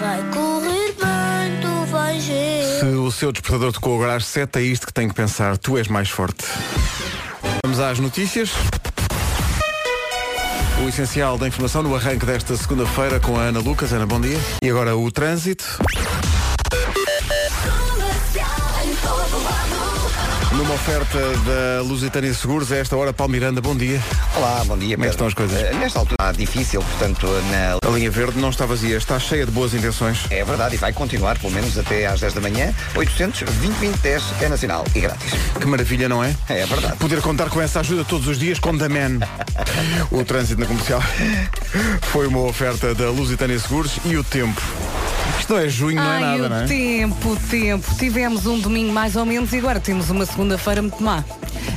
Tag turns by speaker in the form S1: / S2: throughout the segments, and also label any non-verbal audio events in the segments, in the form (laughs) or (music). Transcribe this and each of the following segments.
S1: vai correr bem, tu vais ver.
S2: (laughs) Se o seu despertador tocou agora às 7, é isto que tem que pensar. Tu és mais forte. Vamos às notícias. O essencial da informação no arranque desta segunda-feira com a Ana Lucas. Ana, bom dia. E agora o trânsito. Numa oferta da Lusitânia Seguros, a esta hora, Paulo Miranda, bom dia.
S3: Olá, bom dia.
S2: Como é que
S3: Pedro.
S2: estão as coisas?
S3: Eh, Nesta altura ah, difícil, portanto, na...
S2: A linha verde não está vazia, está cheia de boas intenções.
S3: é verdade e vai continuar pelo menos até às 10 da manhã. 800 é nacional e grátis.
S2: Que maravilha, não é?
S3: É verdade.
S2: Poder contar com essa ajuda todos os dias com The Man. o trânsito na comercial foi uma oferta da Lusitânia Seguros e o tempo. Isto não é junho, não é
S4: Ai,
S2: nada,
S4: o
S2: não é?
S4: tempo, o tempo. Tivemos um domingo mais ou menos e agora temos uma segunda-feira muito má.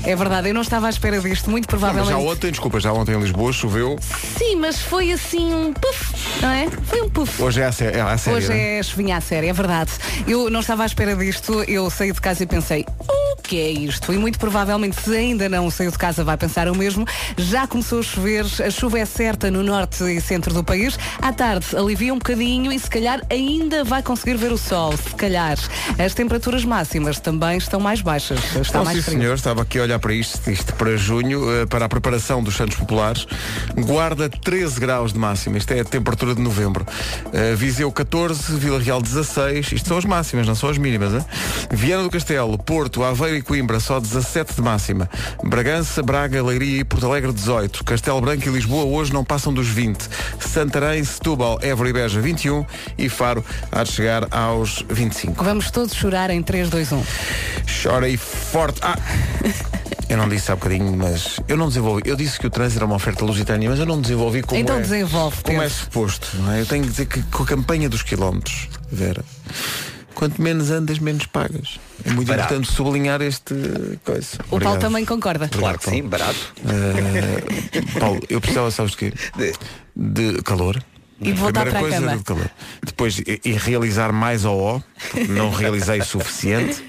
S4: É verdade, eu não estava à espera disto, muito
S2: Não, mas
S4: provavelmente.
S2: já ontem, desculpa, já ontem em Lisboa choveu.
S4: Sim, mas foi assim um puff, não é? Foi um puff.
S2: Hoje é a, sé é a série.
S4: Hoje
S2: não
S4: é chuvinha a sério, é verdade. Eu não estava à espera disto, eu saí de casa e pensei, o que é isto? E muito provavelmente, se ainda não saiu de casa, vai pensar o mesmo. Já começou a chover, a chuva é certa no norte e centro do país. À tarde alivia um bocadinho e se calhar ainda vai conseguir ver o sol, se calhar. As temperaturas máximas também estão mais baixas. Está
S2: Oh,
S4: mais
S2: sim,
S4: frio.
S2: senhor, estava aqui a olhar para isto, isto para junho, eh, para a preparação dos Santos Populares. Guarda 13 graus de máxima, isto é a temperatura de novembro. Eh, Viseu 14, Vila Real 16, isto são as máximas, não são as mínimas. Hein? Viana do Castelo, Porto, Aveiro e Coimbra, só 17 de máxima. Bragança, Braga, Leiria e Porto Alegre 18. Castelo Branco e Lisboa hoje não passam dos 20. Santarém, Setúbal, Évora e Beja 21 e Faro há de chegar aos 25.
S4: Vamos todos chorar em um. 3, 2, 1.
S2: Chorei forte. Ah! Eu não disse há bocadinho, mas eu não desenvolvi. Eu disse que o trânsito era uma oferta lusitânia, mas eu não desenvolvi como
S4: Então
S2: é,
S4: desenvolve,
S2: como é
S4: Pedro.
S2: suposto. Não é? Eu tenho que dizer que com a campanha dos quilómetros, Vera, quanto menos andas, menos pagas. É muito
S3: Barato.
S2: importante sublinhar este coisa.
S4: O Paulo também concorda.
S3: Claro que sim, barato.
S2: Eh, Paulo, eu precisava, sabes de quê?
S3: De-
S2: De calor.
S4: E de voltar para
S2: Primeira
S4: a
S2: coisa
S4: cama.
S2: era de calor. Depois, e, e realizar mais ao ó, porque não
S3: (laughs)
S2: realizei o suficiente.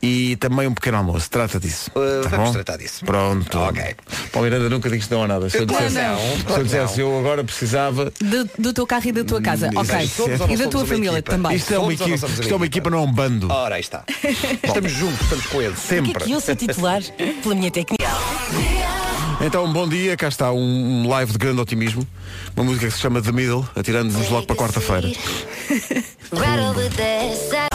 S2: E também um pequeno almoço, trata disso. tá
S3: Uh, vamos tratar disso.
S2: Pronto.
S3: Ok.
S2: Paulo Miranda nunca diz que não há nada. Se eu
S3: Claro
S2: dissesse,
S4: não,
S2: se eu,
S3: claro
S2: dissesse, eu agora precisava.
S4: De- do teu carro e da tua casa.
S2: Isso,
S4: Ok.
S2: isso é-
S4: E da
S3: somos
S4: tua
S3: uma
S4: família
S3: equipa.
S4: também.
S2: Isto é, uma
S3: Somos ou
S2: equipa,
S3: não somos
S2: isto é uma equipa,
S3: equipa?
S2: não é um bando.
S3: Ora, aí está. estamos juntos, estamos coesos.
S2: Sempre.
S5: que é que eu sou titular pela minha técnica?
S2: Então, bom dia, cá está um um live de grande otimismo. Uma música que se chama The Middle, atirando-nos logo para quarta-feira.
S1: Right over there, side-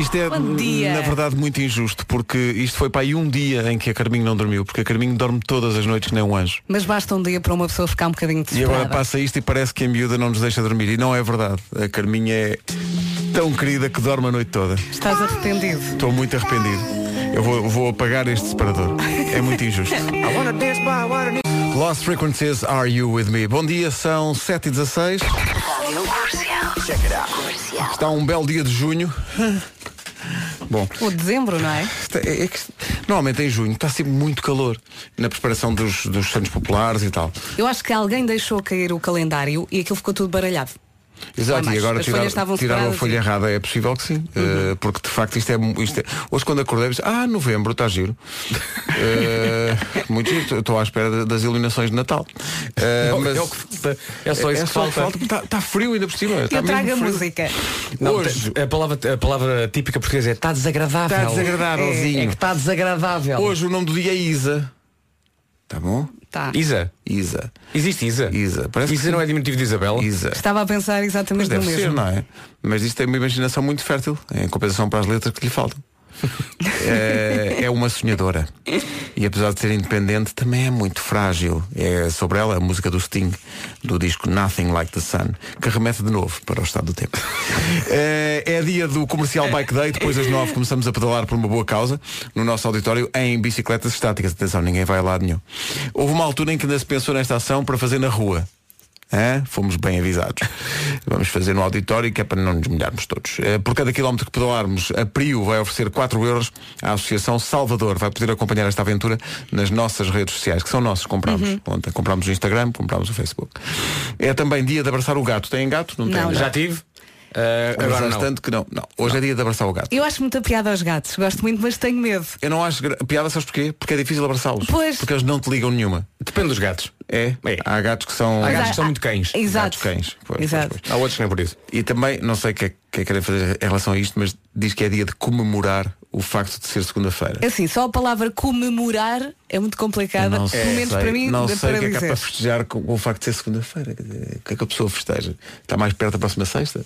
S2: Isto é,
S4: Bom dia.
S2: na verdade, muito injusto, porque isto foi para aí um dia em que a Carminho não dormiu, porque a Carminho dorme todas as noites que nem um anjo.
S4: Mas basta um dia para uma pessoa ficar um bocadinho
S2: E
S4: desesperada.
S2: agora passa isto e parece que a miúda não nos deixa dormir. E não é verdade. A Carminha é tão querida que dorme a noite toda.
S4: Estás arrependido.
S2: Estou muito arrependido. Eu vou, vou apagar este separador. É
S4: (laughs)
S2: muito injusto. Lost Frequencies, Are You With Me? Bom dia, são 7h16. Está um belo dia de junho. Bom,
S4: O dezembro, não é?
S2: Isto é- é que isto- normalmente em junho está sempre muito calor na preparação dos, dos santos populares e tal.
S4: Eu acho que alguém deixou cair o calendário e aquilo ficou tudo baralhado.
S2: Exato,
S4: mais.
S2: e agora
S4: As
S2: tirar,
S4: folhas estavam
S2: tiraram a
S4: separadas
S2: folha
S4: e-
S2: errada, é possível que sim.
S6: Uhum.
S2: Eh, porque de facto isto é, isto é- Hoje quando acordei disse, ah, novembro, está
S6: (laughs)
S2: giro. Eh, muito giro, estou à espera da- das iluminações de Natal. Eh, mas-
S6: é o que falta. É só isso que falta. Tá,
S2: Está, está frio ainda por cima. está
S4: Eu trago a
S2: Eh, tá mesmo frio.
S4: música.
S6: Não, tá,
S2: Hoje
S6: a, palavra, a palavra típica portuguesa é está desagradável.
S4: Tá
S2: está desagradávelzinho.
S6: É que está desagradável.
S2: tá Hoje o nome do dia é Isa. Tá bom?
S4: Tá.
S6: Isa.
S2: Isa.
S6: Existe Isa?
S2: Isa. Parece que
S6: Isa não é diminutivo de Isabela?
S2: Isa.
S4: Estava a pensar
S2: Mas
S4: exatamente no
S2: deve
S4: mesmo.
S2: ser, não é? Mas isto tem uma imaginação muito fértil, em compensação para as letras que lhe
S6: (laughs)
S2: faltam. é, é uma sonhadora. E apesar de ser independente, também é muito frágil. É sobre ela a música do Sting, do disco Nothing Like the Sun, que remete de novo para o estado do tempo. É, é dia do comercial Bike Day, depois das nove começamos a pedalar por uma boa causa, no nosso auditório, em bicicletas estáticas. Atenção, ninguém vai a lado nenhum. Houve uma altura em que ainda se pensou nesta ação para fazer na rua. Hã? Fomos bem avisados. Vamos fazer no auditório que é para não nos molharmos todos. Eh, Por cada quilómetro que pedalarmos, a PRIO vai oferecer 4 euros à Associação Salvador. Vai poder acompanhar esta aventura nas nossas redes sociais, que são nossos, comprámos. Ontem comprámos o Instagram, comprámos o Facebook. É também dia de abraçar o gato. Tem gato? Não, tem.
S4: Não,
S2: Já
S6: Já tive? Ah, agora
S2: Abraçaste
S6: não.
S2: tanto que não. Não, hoje é dia de abraçar o gato.
S4: Eu acho muita piada aos gatos, gosto muito, mas tenho medo.
S2: Eu não acho gra- piada, sabes porquê? Porque é difícil abraçá-los.
S4: Pois.
S2: Porque eles não te ligam nenhuma.
S6: Depende dos gatos.
S2: É?
S6: É.
S2: Há gatos que são.
S6: Há
S4: Mas
S6: gatos
S4: há-
S6: que são muito cães.
S4: Exato.
S2: Gatos cães. Pois, pois,
S4: Exato.
S2: pois.
S6: Há outros que nem por isso.
S2: E também, não sei o que é que é que querem fazer em relação a isto, mas diz que é dia de comemorar o facto de ser segunda-feira.
S4: Assim, só a palavra comemorar é muito complicada,
S2: Não
S4: pelo menos
S2: sei.
S4: para mim,
S2: não
S4: para
S2: sei o que é que há
S4: dizer.
S2: para festejar com, com o facto de ser segunda-feira. Quer dizer, O que é que a pessoa festeja? Está mais perto da próxima sexta?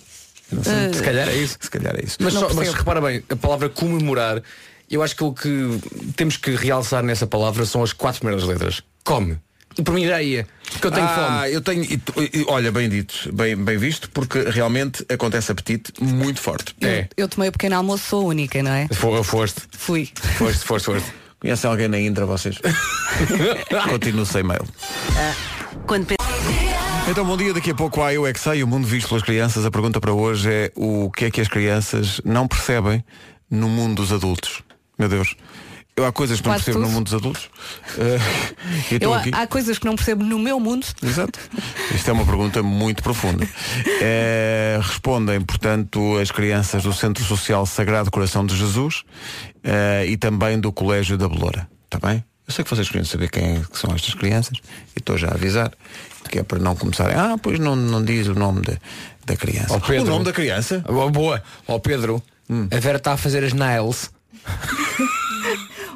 S2: Eu Não sei.
S6: Se calhar é isso.
S2: Se calhar é isso.
S4: Eh.
S6: Mas,
S4: Não
S6: só- mas
S4: percebo.
S6: repara bem, a palavra comemorar, eu acho que é o que temos que realçar nessa palavra são as quatro primeiras letras. Come. E para mim já ia. Porque eu tenho
S2: ah,
S6: fome.
S2: eu tenho. e tu- e- e- Olha, bem dito, bem, bem visto, porque realmente acontece apetite muito forte.
S4: Eu,
S6: É.
S4: eu tomei o pequeno almoço, sou única, não é?
S6: Fo- Foste,
S4: Fui.
S6: foste, foste, foste.
S2: (laughs) Conhecem alguém na Indra
S6: (laughs)
S2: vocês? Continuo sem mail.
S5: Quando pensa-
S2: Então, bom dia. Daqui a pouco há Eu É Que Sei, o mundo visto pelas crianças. A pergunta para hoje é o que é que as crianças não percebem no mundo dos adultos? Meu Deus. Eu há coisas que não
S4: Quase
S2: percebo no
S4: tudo.
S2: mundo dos adultos. (laughs) Eh, e
S4: Eu,
S2: estou aqui.
S4: há coisas que não percebo no meu mundo.
S2: Exato. (laughs) Isto é uma pergunta muito profunda. Eh, respondem, portanto, as crianças do Centro Social Sagrado Coração de Jesus eh, e também do Colégio da Beloura. Está bem? Eu sei que vocês querem saber quem é que são estas crianças e estou já a avisar, que é para não começarem. Ah, pois não, não diz o nome da- da criança.
S6: Ó,
S2: o
S6: Oh, Pedro.
S2: nome da criança?
S6: Boa, boa. Ó Pedro, a Vera está a fazer as nails.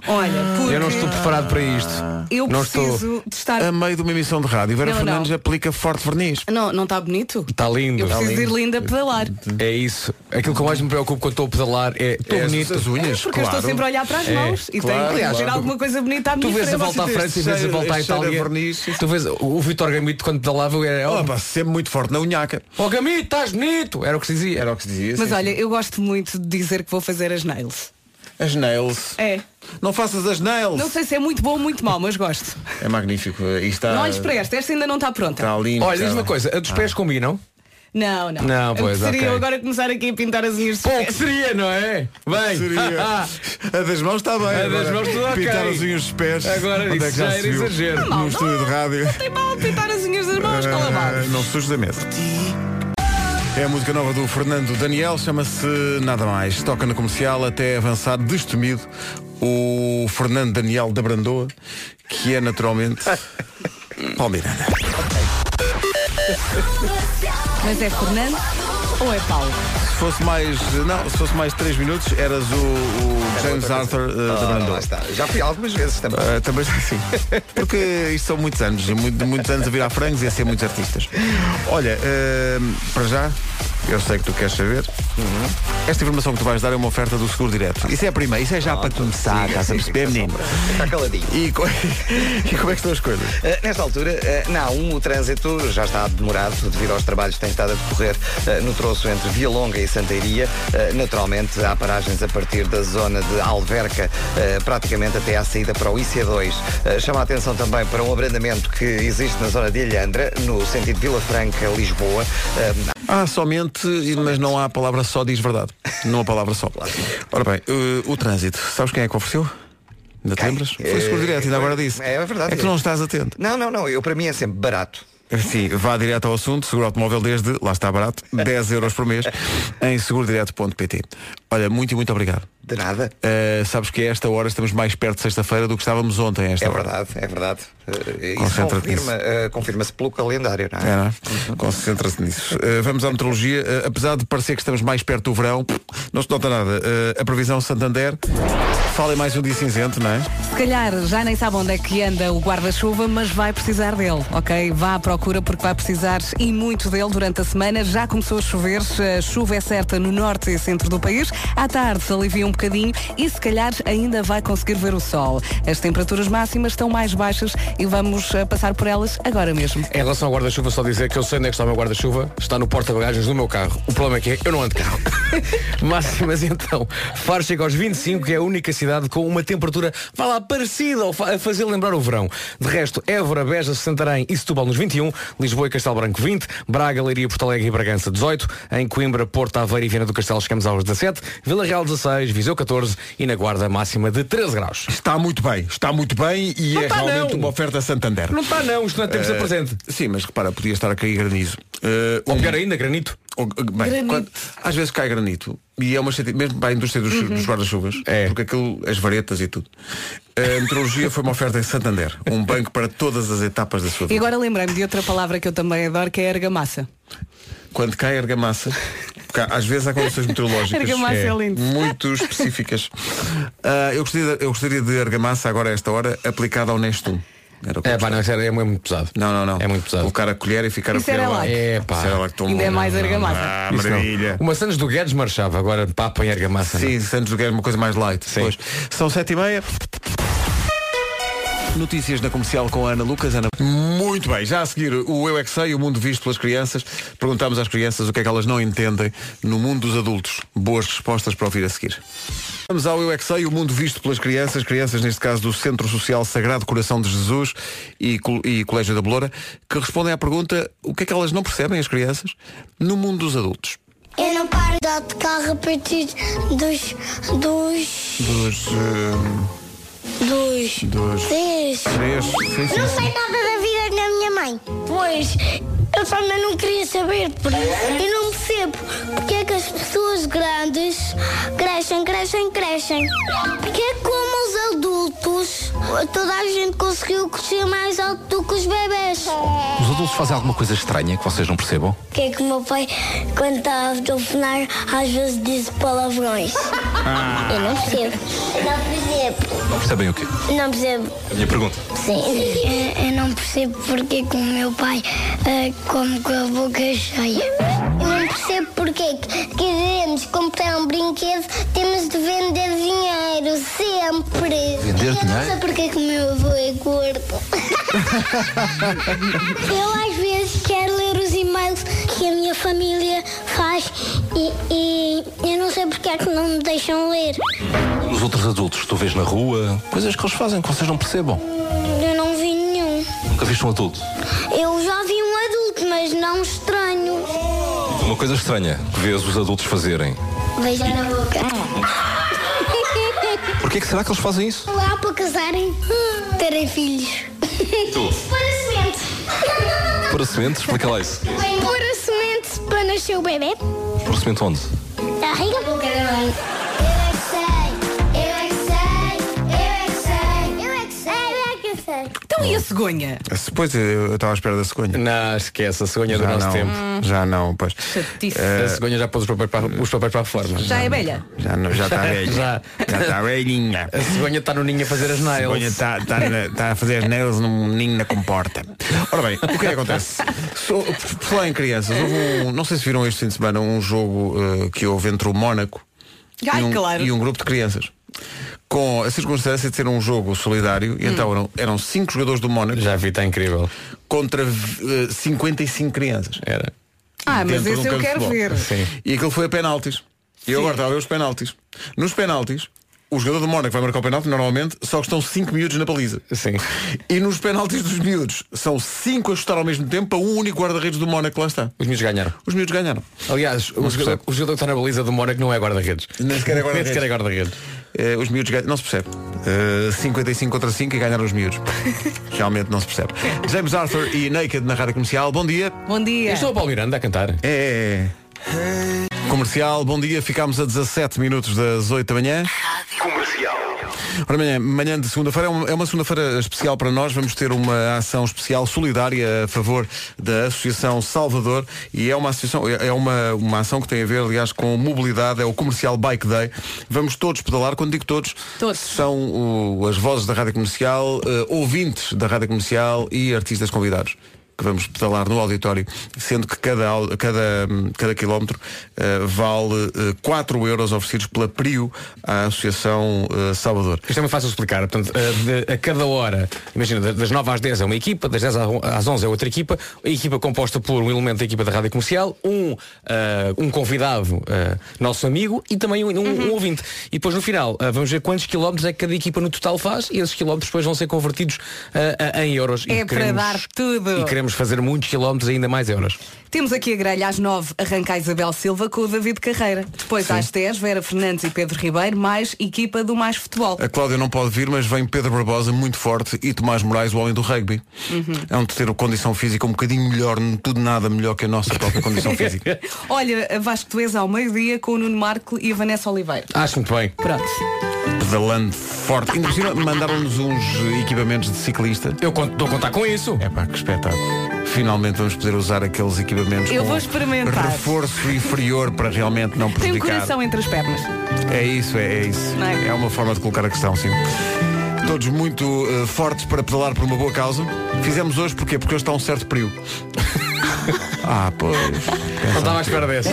S4: Olha, porque
S6: Eu não estou preparado para isto.
S4: eu
S6: não
S4: preciso
S6: estou.
S4: de estar.
S2: A meio de uma emissão de rádio, Vera
S4: Não,
S2: Fernandes
S4: não.
S2: aplica forte verniz.
S4: Não, não está bonito?
S6: Está lindo.
S4: Eu
S6: está
S4: preciso de ir
S6: lindo.
S4: linda a pedalar.
S6: É isso. Aquilo que eu mais me preocupo quando estou a pedalar é, é
S2: bonito.
S6: as-
S2: As unhas,
S4: Porque eu
S2: claro.
S4: estou sempre a olhar para as
S6: É,
S4: mãos e
S2: claro,
S4: tenho que
S2: claro.
S4: ter alguma coisa bonita à minha
S6: Tu vês a
S4: frente.
S6: volta à
S2: Vocês
S6: França e vês a
S2: cheira-
S6: volta à
S2: cheira
S6: Itália.
S2: verniz.
S6: Tu vês o Vitor Gamito quando pedalava eu era.
S2: Ela
S6: Oh,
S2: passa sempre muito forte na unhaca.
S6: oh Gamito, estás bonito! Era o que se dizia.
S2: Era o que se dizia.
S4: Mas
S2: sim,
S4: olha, eu gosto muito de dizer que vou fazer as nails.
S2: sim. As nails.
S4: É.
S2: Não faças as nails.
S4: Não sei se é muito bom ou muito mau, mas gosto.
S2: É magnífico. eh, E está,
S4: Não olhes para esta, esta ainda não está pronta.
S2: está Ah. limpo.
S6: Olha, diz
S2: está-
S6: uma coisa, a dos pés combinam?
S4: Não, não.
S6: Não, pois,
S4: Eu Seria
S6: ok.
S4: eu agora começar aqui a pintar as unhas. dos
S6: Pô, que
S4: pés.
S6: seria, não é? Bem, (laughs)
S2: Seria. a das mãos está bem.
S6: das
S2: agora.
S6: mãos tudo ok.
S2: Pintar as unhas dos pés.
S6: Agora,
S2: Onde
S6: isso
S2: é que já
S6: já
S2: se
S6: era
S2: viu?
S6: exagero.
S2: Num estúdio
S3: é.
S2: de rádio.
S4: Tem mal de pintar as unhas das mãos, cala
S2: Ah, não sujas a mesa. É a música nova do Fernando Daniel, chama-se Nada Mais. Toca na comercial até avançar destemido o Fernando Daniel da Brandoa, que
S3: (laughs)
S2: é naturalmente Paulo Miranda.
S4: Mas é Fernando ou é Paulo?
S2: Se fosse mais. Não, se fosse mais 3 minutos, eras o, o James Arthur eh, da
S3: Ora,
S2: Brandoa.
S3: Ah, lá está. Já fui algumas vezes também.
S2: Ah, também sim. (laughs) Porque isto são muitos anos, e muito- muitos anos a virar frangos e a ser muitos artistas. Olha, ahm, para já, eu sei que tu queres saber. Uhum. Esta informação que tu vais dar é uma oferta do Seguro Direto. Isso é a primeira, isso é já para começar, estás a perceber, menino?
S3: Está Tá caladinho.
S2: E, co- (laughs) e como é que estão as coisas?
S3: Uh, nesta altura, uh, na A1, o trânsito já está demorado devido aos trabalhos que têm estado a decorrer uh, no troço entre Via Longa e Santeiria. Uh, naturalmente, há paragens a partir da zona de Alverca, uh, praticamente até à saída para o IC2. Uh, chama a atenção também para um abrandamento que existe na zona de Ilhandra, no sentido Vila Franca, Lisboa. Uh,
S2: Ah, somente, mas não há a palavra só diz verdade. Não há palavra só. Ora bem, eh, o trânsito, sabes quem é que ofereceu? Ainda te
S3: Quem?
S2: lembras? Foi o Seguro
S3: Eh,
S2: Direto, ainda agora disse.
S3: é verdade.
S2: É que não estás atento.
S3: não, não, não, eu para mim é sempre barato.
S2: Sim, vá direto ao assunto, seguro automóvel desde, lá
S3: (laughs)
S2: está barato, 10 euros por mês, em segurodireto.pt. Olha, muito e muito obrigado.
S3: De nada.
S2: Uh, sabes que a esta hora estamos mais perto de sexta-feira do que estávamos ontem a esta
S3: É
S2: hora.
S3: verdade, é verdade. Uh, Isso
S2: Concentra-te
S3: confirma, uh, confirma-se pelo calendário, não
S2: É, não é?
S3: Uhum.
S2: Concentra-se nisso. Uh, vamos à meteorologia. Uh, apesar de parecer que estamos mais perto do verão, não se nota nada. Uh, a previsão Santander fala em mais um dia cinzento, não é?
S4: Se calhar já nem sabe onde é que anda o guarda-chuva, mas vai precisar dele, ok? Vá à procura porque vai precisar e muito dele durante a semana. Já começou a chover, a chuva é certa no norte e centro do país. À tarde se alivia um bocadinho e se calhar ainda vai conseguir ver o sol. As temperaturas máximas estão mais baixas e vamos eh, passar por elas agora mesmo.
S6: Em relação ao guarda-chuva, só dizer que eu sei onde é que está o meu guarda-chuva. Está no porta-bagagens do meu carro. O problema é que eu não ando de carro. (laughs) Máximas então. Faro chega aos 25, que é a única cidade com uma temperatura, vá lá, parecida, ao fa- a fazer lembrar o verão. De resto, Évora, Beja, Santarém e Setúbal nos 21, Lisboa e Castelo Branco 20, Braga, Leiria, Porto Alegre e Bragança 18, em Coimbra, Porto, Aveiro e Viana do Castelo chegamos aos 17, Vila Real 16, Viseu 14 e na Guarda máxima de 13 graus.
S2: Está muito bem, está muito bem e
S6: Não
S2: é
S6: está,
S2: realmente
S6: não.
S2: uma oferta Santander. Eh,
S6: Não está não, isto não é tempo de presente.
S2: Sim, mas repara, podia estar a cair granizo. Uh,
S6: Ou
S2: um-
S6: pior ainda, granito.
S2: ou- eh, bem,
S4: Granito.
S2: quando- às vezes cai granito e é uma chatice, mesmo para a indústria dos,
S4: Uhum.
S2: dos guarda-chuvas,
S6: É.
S2: porque aquilo, as varetas e tudo. A meteorologia foi uma oferta em Santander, um banco para todas as etapas da sua
S4: E
S2: vida.
S4: agora lembrei-me de outra palavra que eu também adoro, que é argamassa.
S2: Quando cai argamassa, porque às vezes há
S4: (laughs)
S2: condições meteorológicas
S4: Argamassa é lindo.
S2: muito específicas. Ah, eu, gostaria de, eu gostaria de argamassa agora a esta hora aplicada ao um. Nestum. Era o que eu
S6: É pá,
S2: gostava.
S6: não, isso é, é muito pesado.
S2: Não, não, não.
S6: É muito pesado.
S2: Colocar a colher e ficar
S4: Isso
S2: a colher
S4: era
S2: lá.
S4: lá.
S6: É, pá.
S2: Isso era lá que tão
S4: Ainda é
S2: bom.
S4: mais argamassa.
S2: Ah,
S6: Isso não.
S2: maravilha.
S6: O maçãs do Guedes marchava, agora papa em argamassa. não.
S2: Sim, Santos do Guerra é uma coisa mais light.
S6: Sim.
S2: Pois. São sete e meia. Notícias na comercial com a Ana Lucas. Ana... Muito bem, já a seguir o Eu É Que Sei, o mundo visto pelas crianças. Perguntámos às crianças o que é que elas não entendem no mundo dos adultos. Boas respostas para ouvir a seguir. Vamos ao Eu É Que Sei, o mundo visto pelas crianças. Crianças, neste caso, do Centro Social Sagrado Coração de Jesus e, Col- e Colégio da Beloura, que respondem à pergunta o que é que elas não percebem, as crianças, no mundo dos adultos.
S7: Eu não paro de autocarro a partir dos. dos.
S2: Dos...
S6: eh,
S7: dos.
S2: Dos-
S7: três.
S2: Três, sim,
S7: Eu
S2: sim.
S7: não sei nada da vida da minha mãe. Pois, eu também não queria saber, por isso eu não percebo porque é que as pessoas grandes crescem, crescem, crescem. Porque é que como os adultos, toda a gente conseguiu crescer mais alto do que os bebés.
S8: Os adultos fazem alguma coisa estranha que vocês não percebam?
S7: Porque é que o meu pai, quando está a telefonar, às vezes diz palavrões.
S8: Ah.
S7: Eu não percebo. Não percebo.
S8: Não percebem o quê?
S7: Não percebo.
S8: A minha pergunta.
S7: Sim. Eu, eu não percebo porque é que o meu pai eh, come com a boca cheia. Eu não percebo porque é que queremos comprar um brinquedo, temos de vender dinheiro sempre.
S8: Vender
S7: eu não sei
S8: dinheiro?
S7: porque que o meu avô é gordo. eu às vezes quero ler os e-mails que a minha família faz e, e eu não sei porque é que não me deixam ler.
S8: Os outros adultos que tu vês na rua, coisas que eles fazem que vocês não percebam.
S7: Eu não vi nenhum.
S8: Nunca viste um adulto.
S7: Eu já vi um adulto, mas não estranho.
S8: Uma coisa estranha que vês os adultos fazerem.
S7: Beijo na boca. (laughs)
S8: Porquê é que será que eles fazem isso?
S7: Lá para casarem, terem filhos. Para semente.
S8: Para semente, explica lá isso.
S7: Para semente para nascer o bebê.
S8: Para semente onde?
S7: Da rica. Boca da mãe. Eu é que sei, eu é que sei, eu é que sei, eu é que sei, eu é que sei.
S4: Então e a cegonha?
S2: Pois eu eu estava à espera da cegonha.
S6: Não, esquece, a cegonha do
S2: Já
S6: nosso
S2: não,
S6: tempo.
S2: já não, pois. Eh,
S4: Chatice.
S6: A
S2: É.
S6: cegonha já pôs os papéis para, os papéis para a forma.
S4: Já é velha?
S2: Já não, já
S6: (laughs)
S2: está velha.
S6: Já.
S2: Já está velhinha.
S6: A cegonha está no ninho a fazer as nails.
S2: Cegonha está tá na- tá a fazer nails num ninho na comporta. Ora bem, o que é que acontece? So, por por falar em crianças, houve um, não sei se viram este fim de semana um jogo eh, que houve entre o Mónaco
S4: Ai,
S2: e, um,
S4: claro.
S2: e um grupo de crianças. Com a circunstância de ser um jogo solidário, e
S4: Hum.
S2: então eram, eram cinco jogadores do Mónaco
S6: Já vi, está incrível.
S2: contra eh, 55 crianças.
S6: Era.
S4: Ah, mas
S2: dentro de um
S4: esse eu
S2: campo de
S4: quero
S2: futebol.
S4: ver.
S6: Sim.
S2: E aquilo foi a penaltis. E eu agora estava a ver os penaltis. Nos penaltis, o jogador do Mónaco vai marcar o penalti normalmente, só que estão 5 miúdos na baliza.
S6: Sim.
S2: E nos penaltis dos miúdos, são 5 a chutar ao mesmo tempo para um único guarda-redes do Mónaco lá está.
S6: Os miúdos ganharam.
S2: Os miúdos ganharam.
S6: Aliás, o jogador,
S2: percebe.
S6: o jogador que está na baliza do Mónaco não é guarda-redes.
S2: Nem sequer é guarda-redes.
S6: (laughs) Nem sequer é guarda-redes.
S2: Eh, os miúdos ganham. Não se percebe. Eh, 55 contra 5 e ganharam os
S4: (laughs)
S2: miúdos. Realmente não se percebe. James Arthur e Naked na rádio comercial. Bom dia.
S4: Bom dia.
S6: Eu Estou o Paulo Miranda a cantar.
S2: É. Comercial, bom dia. Ficámos a 17 minutos das 8 da manhã. Comercial. Ora, amanhã, manhã de segunda-feira é uma, é uma segunda-feira especial para nós. Vamos ter uma ação especial solidária a favor da Associação Salvador e é uma associação, é é uma, uma ação que tem a ver, aliás, com mobilidade, é o Comercial Bike Day. Vamos todos pedalar, quando digo todos,
S4: Todos.
S2: são o- as vozes da Rádio Comercial, eh, ouvintes da Rádio Comercial e artistas convidados que vamos pedalar no auditório, sendo que cada, au- cada, hum, cada quilómetro eh, vale 4 euros oferecidos pela PRIO à Associação eh, Salvador.
S6: Isto é muito fácil de explicar. Portanto, a, Eh, de- a cada hora, imagina, da- das 9 às 10 é uma equipa, das 10 às 11 é outra equipa, a equipa composta por um elemento da equipa da rádio comercial, um, ah, um convidado, ah, nosso amigo, e também um, um-
S4: Uhum.
S6: um ouvinte. E depois no final, ah, vamos ver quantos quilómetros é que cada equipa no total faz, e esses quilómetros depois vão ser convertidos ah, ah, eh, em euros.
S4: É
S6: e
S4: para dar tudo.
S6: E queremos vamos fazer muitos quilómetros e ainda mais euros.
S4: Temos aqui a grelha às 9, arranca a Isabel Silva com o David Carreira. Depois às 10, Vera Fernandes e Pedro Ribeiro, mais equipa do Mais Futebol.
S2: A Cláudia não pode vir, mas vem Pedro Barbosa, muito forte, e Tomás Moraes, o homem do rugby. É um terceiro condição física um bocadinho melhor, tudo nada melhor que a nossa
S4: (laughs)
S2: própria
S6: (laughs)
S2: condição física.
S4: Olha, a Vasco tu és ao meio-dia com o Nuno Marco e a Vanessa Oliveira.
S6: Acho muito bem.
S4: Pronto.
S2: Pedalando forte. Ainda por cima, mandaram-nos uns equipamentos de ciclista.
S6: Eu conto, estou a contar com isso.
S2: É pá, que espetáculo. Finalmente vamos poder usar aqueles equipamentos
S4: Eu
S2: com
S4: vou experimentar.
S2: reforço inferior para
S4: (laughs)
S2: realmente
S4: Tem
S2: não
S4: um
S2: prejudicar.
S4: coração entre as pernas.
S2: É isso, é, é isso.
S4: Não é?
S2: É uma forma de colocar a questão, sim. Todos muito eh, fortes para pedalar por uma boa causa. Fizemos hoje porquê? Porque hoje está um certo período. (laughs) ah, pois.
S6: Não estava à espera dessa.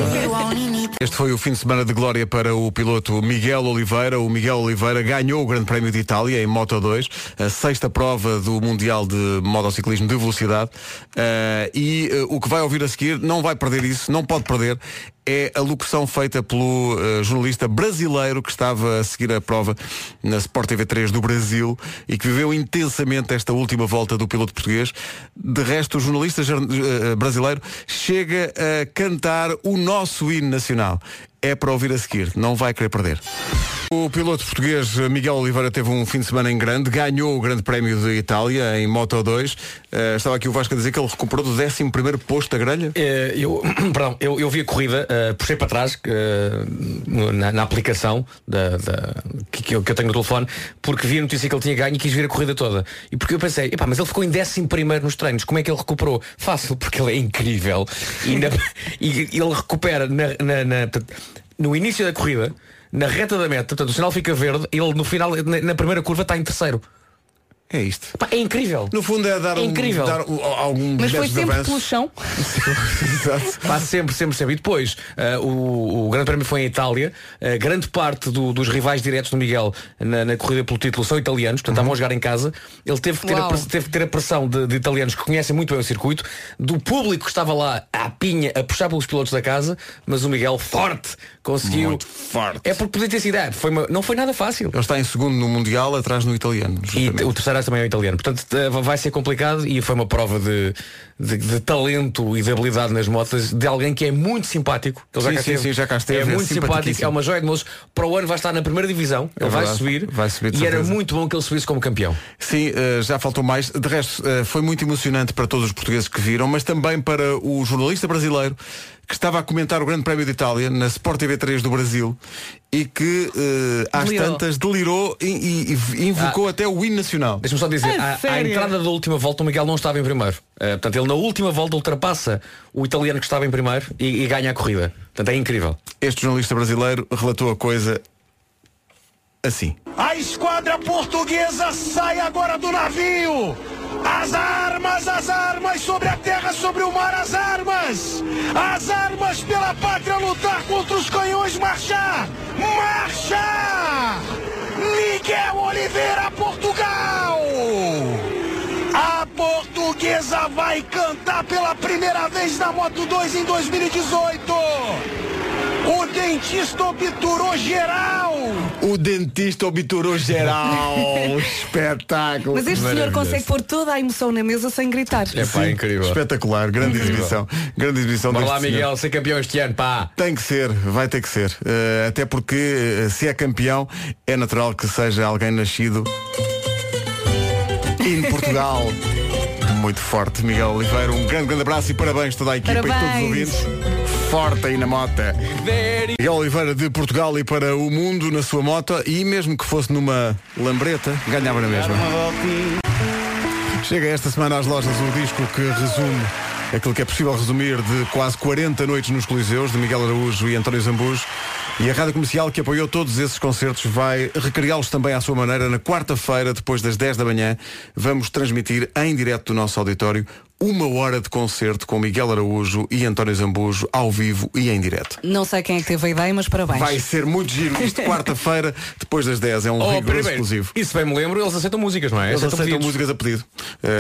S2: Este foi o fim de semana de glória para o piloto Miguel Oliveira. O Miguel Oliveira ganhou o Grande Prémio de Itália em Moto 2, a sexta prova do Mundial de Motociclismo de Velocidade. Eh, e eh, o que vai ouvir a seguir, não vai perder isso, não pode perder, é a locução feita pelo eh, jornalista brasileiro que estava a seguir a prova na Sport TV3 do Brasil e que viveu intensamente esta última volta do piloto português. De resto, o jornalista jar- eh, eh, brasileiro chega a cantar o nosso hino nacional. É para ouvir a seguir, não vai querer perder. O piloto português eh, Miguel Oliveira teve um fim de semana em grande, ganhou o Grande Prémio de Itália em Moto 2. Eh, estava aqui o Vasco a dizer que ele recuperou do 11 primeiro posto da grelha.
S6: Eh, Eu, (clears throat) perdão, eu, eu vi a corrida, eh, puxei para trás eh, no- na, na aplicação da, da- que, que eu, que eu tenho no telefone, porque vi a notícia que ele tinha ganho e quis ver a corrida toda. E porque eu pensei, epá, mas ele ficou em 11 primeiro nos treinos, como é que ele recuperou? Fácil, porque ele é incrível.
S2: (laughs)
S6: E, na- e ele recupera na- na- na- portanto, no início da corrida, na reta da meta, portanto o sinal fica verde, ele no final, na, na primeira curva, está em terceiro.
S2: É isto.
S6: Epá, é incrível.
S2: No fundo é dar,
S6: É
S2: um,
S6: incrível.
S2: dar um, algum
S4: Mas foi
S2: desses
S4: sempre
S2: avanços.
S4: pelo chão.
S2: Exato.
S6: Pá, sempre, sempre, sempre. E depois, ah, o, o Grande Prémio foi em Itália. Ah, grande parte do- dos rivais diretos do Miguel na, na corrida pelo título são italianos, portanto
S2: Uhum.
S6: estavam a jogar em casa. Ele teve que ter, a,
S4: Uau.
S6: press- teve que ter a pressão de, de italianos que conhecem muito bem o circuito, do público que estava lá à pinha a puxar pelos pilotos da casa, mas o Miguel forte conseguiu.
S2: Muito forte.
S6: É porque podia ter sido. ah, Foi uma- não foi nada fácil.
S2: Ele está em segundo no Mundial, atrás no italiano.
S6: E
S2: justamente.
S6: o terceiro também é o italiano. Portanto, eh, vai ser complicado e foi uma prova de, de- de talento e de habilidade nas motas de alguém que é muito simpático. Ele
S2: Sim, sim, sim, já cá esteve,
S6: É
S2: é
S6: muito simpático,
S2: simpaticíssimo.
S6: é uma joia de moço. Para o ano vai estar na primeira divisão, ele
S2: É
S6: vai,
S2: verdade,
S6: subir,
S2: vai subir, de
S6: e era
S2: certeza.
S6: muito bom que ele subisse como campeão.
S2: Sim, eh, já faltou mais. De resto, eh, foi muito emocionante para todos os portugueses que viram, mas também para o jornalista brasileiro que estava a comentar o Grande Prémio de Itália na Sport TV3 do Brasil e que eh, às
S4: Delirou.
S2: tantas delirou e, e- e invocou até o hino nacional.
S6: Ah. Deixa-me só
S2: É
S6: dizer,
S4: A
S6: à, à
S4: Ah, sério?
S6: entrada da última volta o Miguel não estava em primeiro. Eh, portanto, ele na última volta ultrapassa o italiano que estava em primeiro e, e ganha a corrida. Portanto, é incrível.
S2: Este jornalista brasileiro relatou a coisa assim.
S9: A esquadra portuguesa sai agora do navio! As armas, as armas sobre a terra, sobre o mar, as armas! As armas pela pátria lutar contra os canhões, marchar! Marcha! Miguel Oliveira, Portugal! A portuguesa vai cantar pela primeira vez na Moto 2 em 2018! O dentista obturou geral!
S2: O dentista obturou
S6: (laughs)
S2: geral. Espetáculo.
S4: Mas este senhor
S2: Maravilhoso. É
S4: consegue pôr toda a emoção na mesa sem gritar.
S2: Sim, Espetacular. Grande
S6: Incrível.
S2: exibição. Grande exibição
S6: Bora
S2: deste
S6: lá,
S2: senhor.
S6: Miguel, ser campeão este ano, pá!
S2: Tem que ser, vai ter que ser. Eh, até porque eh, se é campeão, é natural que seja alguém nascido em Portugal. Muito forte, Miguel Oliveira. Um grande, grande abraço e parabéns a toda a equipa e todos os
S4: Parabéns.
S2: ouvintes. Forte aí na mota. Miguel Oliveira de Portugal e para o mundo na sua moto e mesmo que fosse numa lambreta, ganhava na
S6: é
S2: mesma. Chega esta semana às lojas o disco que resume aquilo que é possível resumir de quase 40 noites nos Coliseus, de Miguel Araújo e António Zambujo. E a Rádio Comercial, que apoiou todos esses concertos, vai recriá-los também à sua maneira na quarta-feira, depois das 10 da manhã. Vamos transmitir em direto do nosso auditório uma hora de concerto com Miguel Araújo e António Zambujo, ao vivo e em direto.
S4: Não sei quem é que teve a ideia, mas parabéns.
S2: Vai ser muito giro isto quarta-feira, depois das 10. É um
S6: Oh,
S2: rigoroso
S6: primeiro,
S2: exclusivo.
S6: Isso bem me lembro, eles aceitam músicas, não é?
S2: Eles aceitam
S6: pedidos.
S2: músicas a pedido.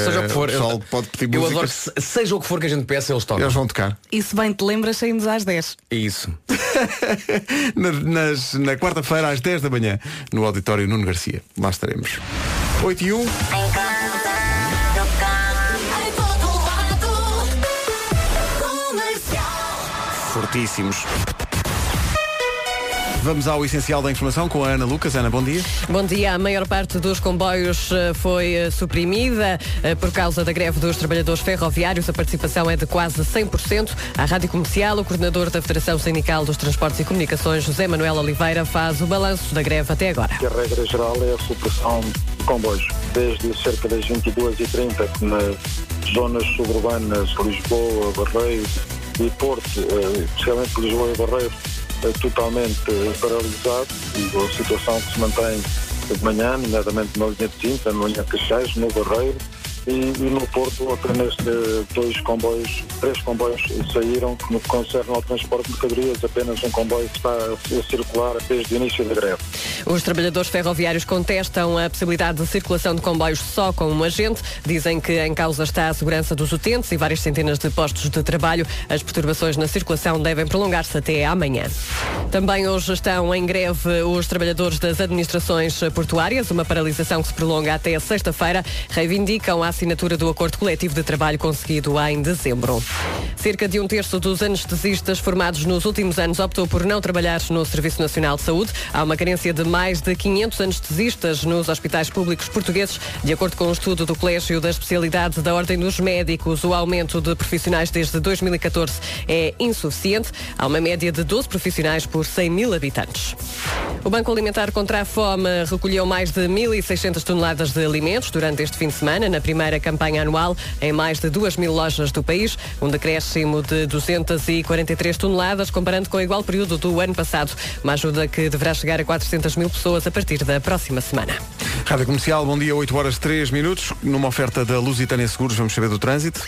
S6: Seja o que for.
S2: Eh, pessoal
S6: eu-
S2: pode pedir
S6: eu
S2: músicas.
S6: adoro, se- seja o que for que a gente peça, eles tocam.
S2: Eles vão tocar.
S4: E se bem te lembras, saímos às 10.
S6: É isso.
S2: Na, (laughs) nas- na quarta-feira, às 10 da manhã, no auditório Nuno Garcia. Lá estaremos. 8 e 1.
S1: Em casa, no carro, em todo lado.
S10: fortíssimos.
S2: Vamos ao essencial da informação com a Ana Lucas. Ana, bom dia.
S11: Bom dia. A maior parte dos comboios eh, foi eh, suprimida eh, por causa da greve dos trabalhadores ferroviários. A participação é de quase 100%. À Rádio Comercial, o coordenador da Federação Sindical dos Transportes e Comunicações, José Manuel Oliveira, faz o balanço da greve até agora.
S12: A regra geral é a supressão de comboios. Desde cerca das 22h30 nas zonas suburbanas, Lisboa, Barreiro e Porto, eh, especialmente Lisboa e Barreiro, eh, totalmente eh, paralisado. E a situação que se mantém de manhã, nomeadamente na linha de Tinta, na linha de Caixais, no Barreiro e, e no Porto apenas eh, dois comboios, três comboios saíram que no que concerne ao transporte de mercadorias, apenas um comboio está a a circular desde o início da greve.
S11: Os trabalhadores ferroviários contestam a possibilidade de circulação de comboios só com um agente. Dizem que em causa está a segurança dos utentes e várias centenas de postos de trabalho. As perturbações na circulação devem prolongar-se até amanhã. Também hoje estão em greve os trabalhadores das administrações portuárias, uma paralisação que se prolonga até sexta-feira. Reivindicam a assinatura do acordo coletivo de trabalho conseguido em dezembro. Cerca de um terço dos anestesistas formados nos últimos anos optou por não trabalhar no Serviço Nacional de Saúde. Há uma carência de mais de 500 anestesistas nos hospitais públicos portugueses. De acordo com um estudo do Colégio da Especialidade da Ordem dos Médicos, o aumento de profissionais desde 2014 é insuficiente. Há uma média de 12 profissionais por 100 mil habitantes. O Banco Alimentar contra a Fome recolheu mais de 1.600 toneladas de alimentos durante este fim de semana, na primeira campanha anual, em mais de 2 mil lojas do país, um decréscimo de 243 toneladas, comparando com o igual período do ano passado. Uma ajuda que deverá chegar a 400 mil pessoas a partir da próxima semana.
S2: Rádio Comercial, bom dia, 8 horas 3 minutos. Numa oferta da Lusitânia Seguros, vamos saber do trânsito.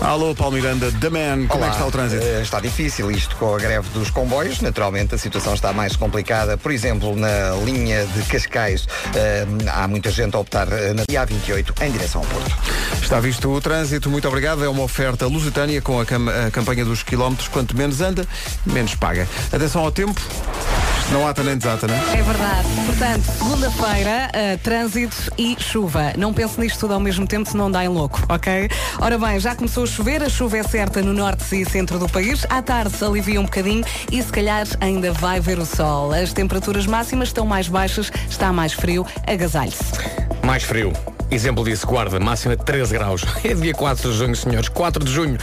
S2: Alô, Paulo Miranda, The Man, como é que está o trânsito?
S3: Eh, Está difícil isto com a greve dos comboios. Naturalmente a situação está mais complicada. Por exemplo, na linha de Cascais eh, há muita gente a optar eh, na A28 em direção ao Porto.
S2: Está visto o trânsito, muito obrigado. É uma oferta lusitânia com a, cam- a campanha dos quilómetros. Quanto menos anda, menos paga. Atenção ao tempo. Isto Não ata nem desata, né? não
S4: É verdade. Portanto, segunda-feira, eh, trânsito e chuva. Não pense nisto tudo ao mesmo tempo, se não dá em louco, ok? Ora bem, já começou a chover, a chuva é certa no norte e centro do país. À tarde se alivia um bocadinho e se calhar ainda vai ver o sol. As temperaturas máximas estão mais baixas, está mais frio, agasalhe-se.
S6: Mais frio. Exemplo disso, Guarda, máxima de 13 graus. (laughs) É dia 4 de junho, senhores. 4 de junho.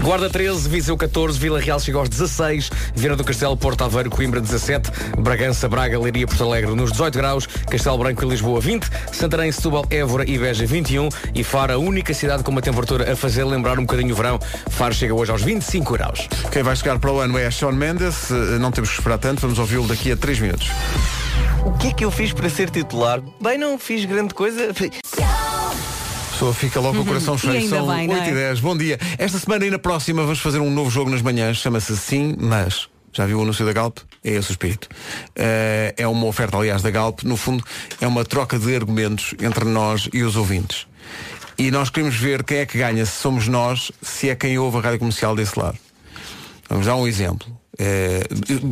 S6: Guarda 13, Viseu 14, Vila Real chega aos 16, Vieira do Castelo, Porto Aveiro, Coimbra 17, Bragança, Braga, Leiria, Porto Alegre nos 18 graus, Castelo Branco e Lisboa 20, Santarém, Setúbal, Évora e Beja 21 e Faro, a única cidade com uma temperatura a fazer lembrar um bocadinho o verão. Faro chega hoje aos 25 graus.
S2: Quem vai chegar para o ano é Sean Mendes. Eh, Não temos que esperar tanto, vamos ouvi-lo daqui a 3 minutos.
S13: O que é que eu fiz para ser titular? Bem, não fiz grande coisa.
S2: A pessoa fica logo com o coração
S13: Uhum. E
S2: cheio.
S13: ainda
S2: São
S13: bem, não
S2: 8 e
S13: é?
S2: 10. Bom dia. Esta semana e na próxima vamos fazer um novo jogo nas manhãs. Chama-se Sim, Mas. Já viu o anúncio da Galp? É esse o espírito. Eh, é uma oferta, aliás, da Galp. No fundo, é uma troca de argumentos entre nós e os ouvintes. E nós queremos ver quem é que ganha, se somos nós, se é quem ouve a rádio comercial desse lado. Vamos dar um exemplo. Eh,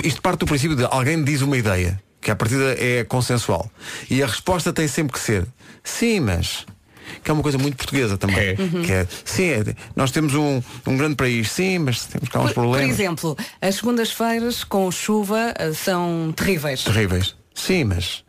S2: isto parte do princípio de alguém diz uma ideia, que a partida é consensual. E a resposta tem sempre que ser sim, mas. Que é uma coisa muito portuguesa também.
S4: Uhum.
S2: Que é, sim, é, nós temos um, um grande país, sim, mas temos cá uns
S4: Por
S2: problemas
S4: exemplo, as segundas-feiras com chuva eh, são terríveis.
S2: terríveis. Sim, mas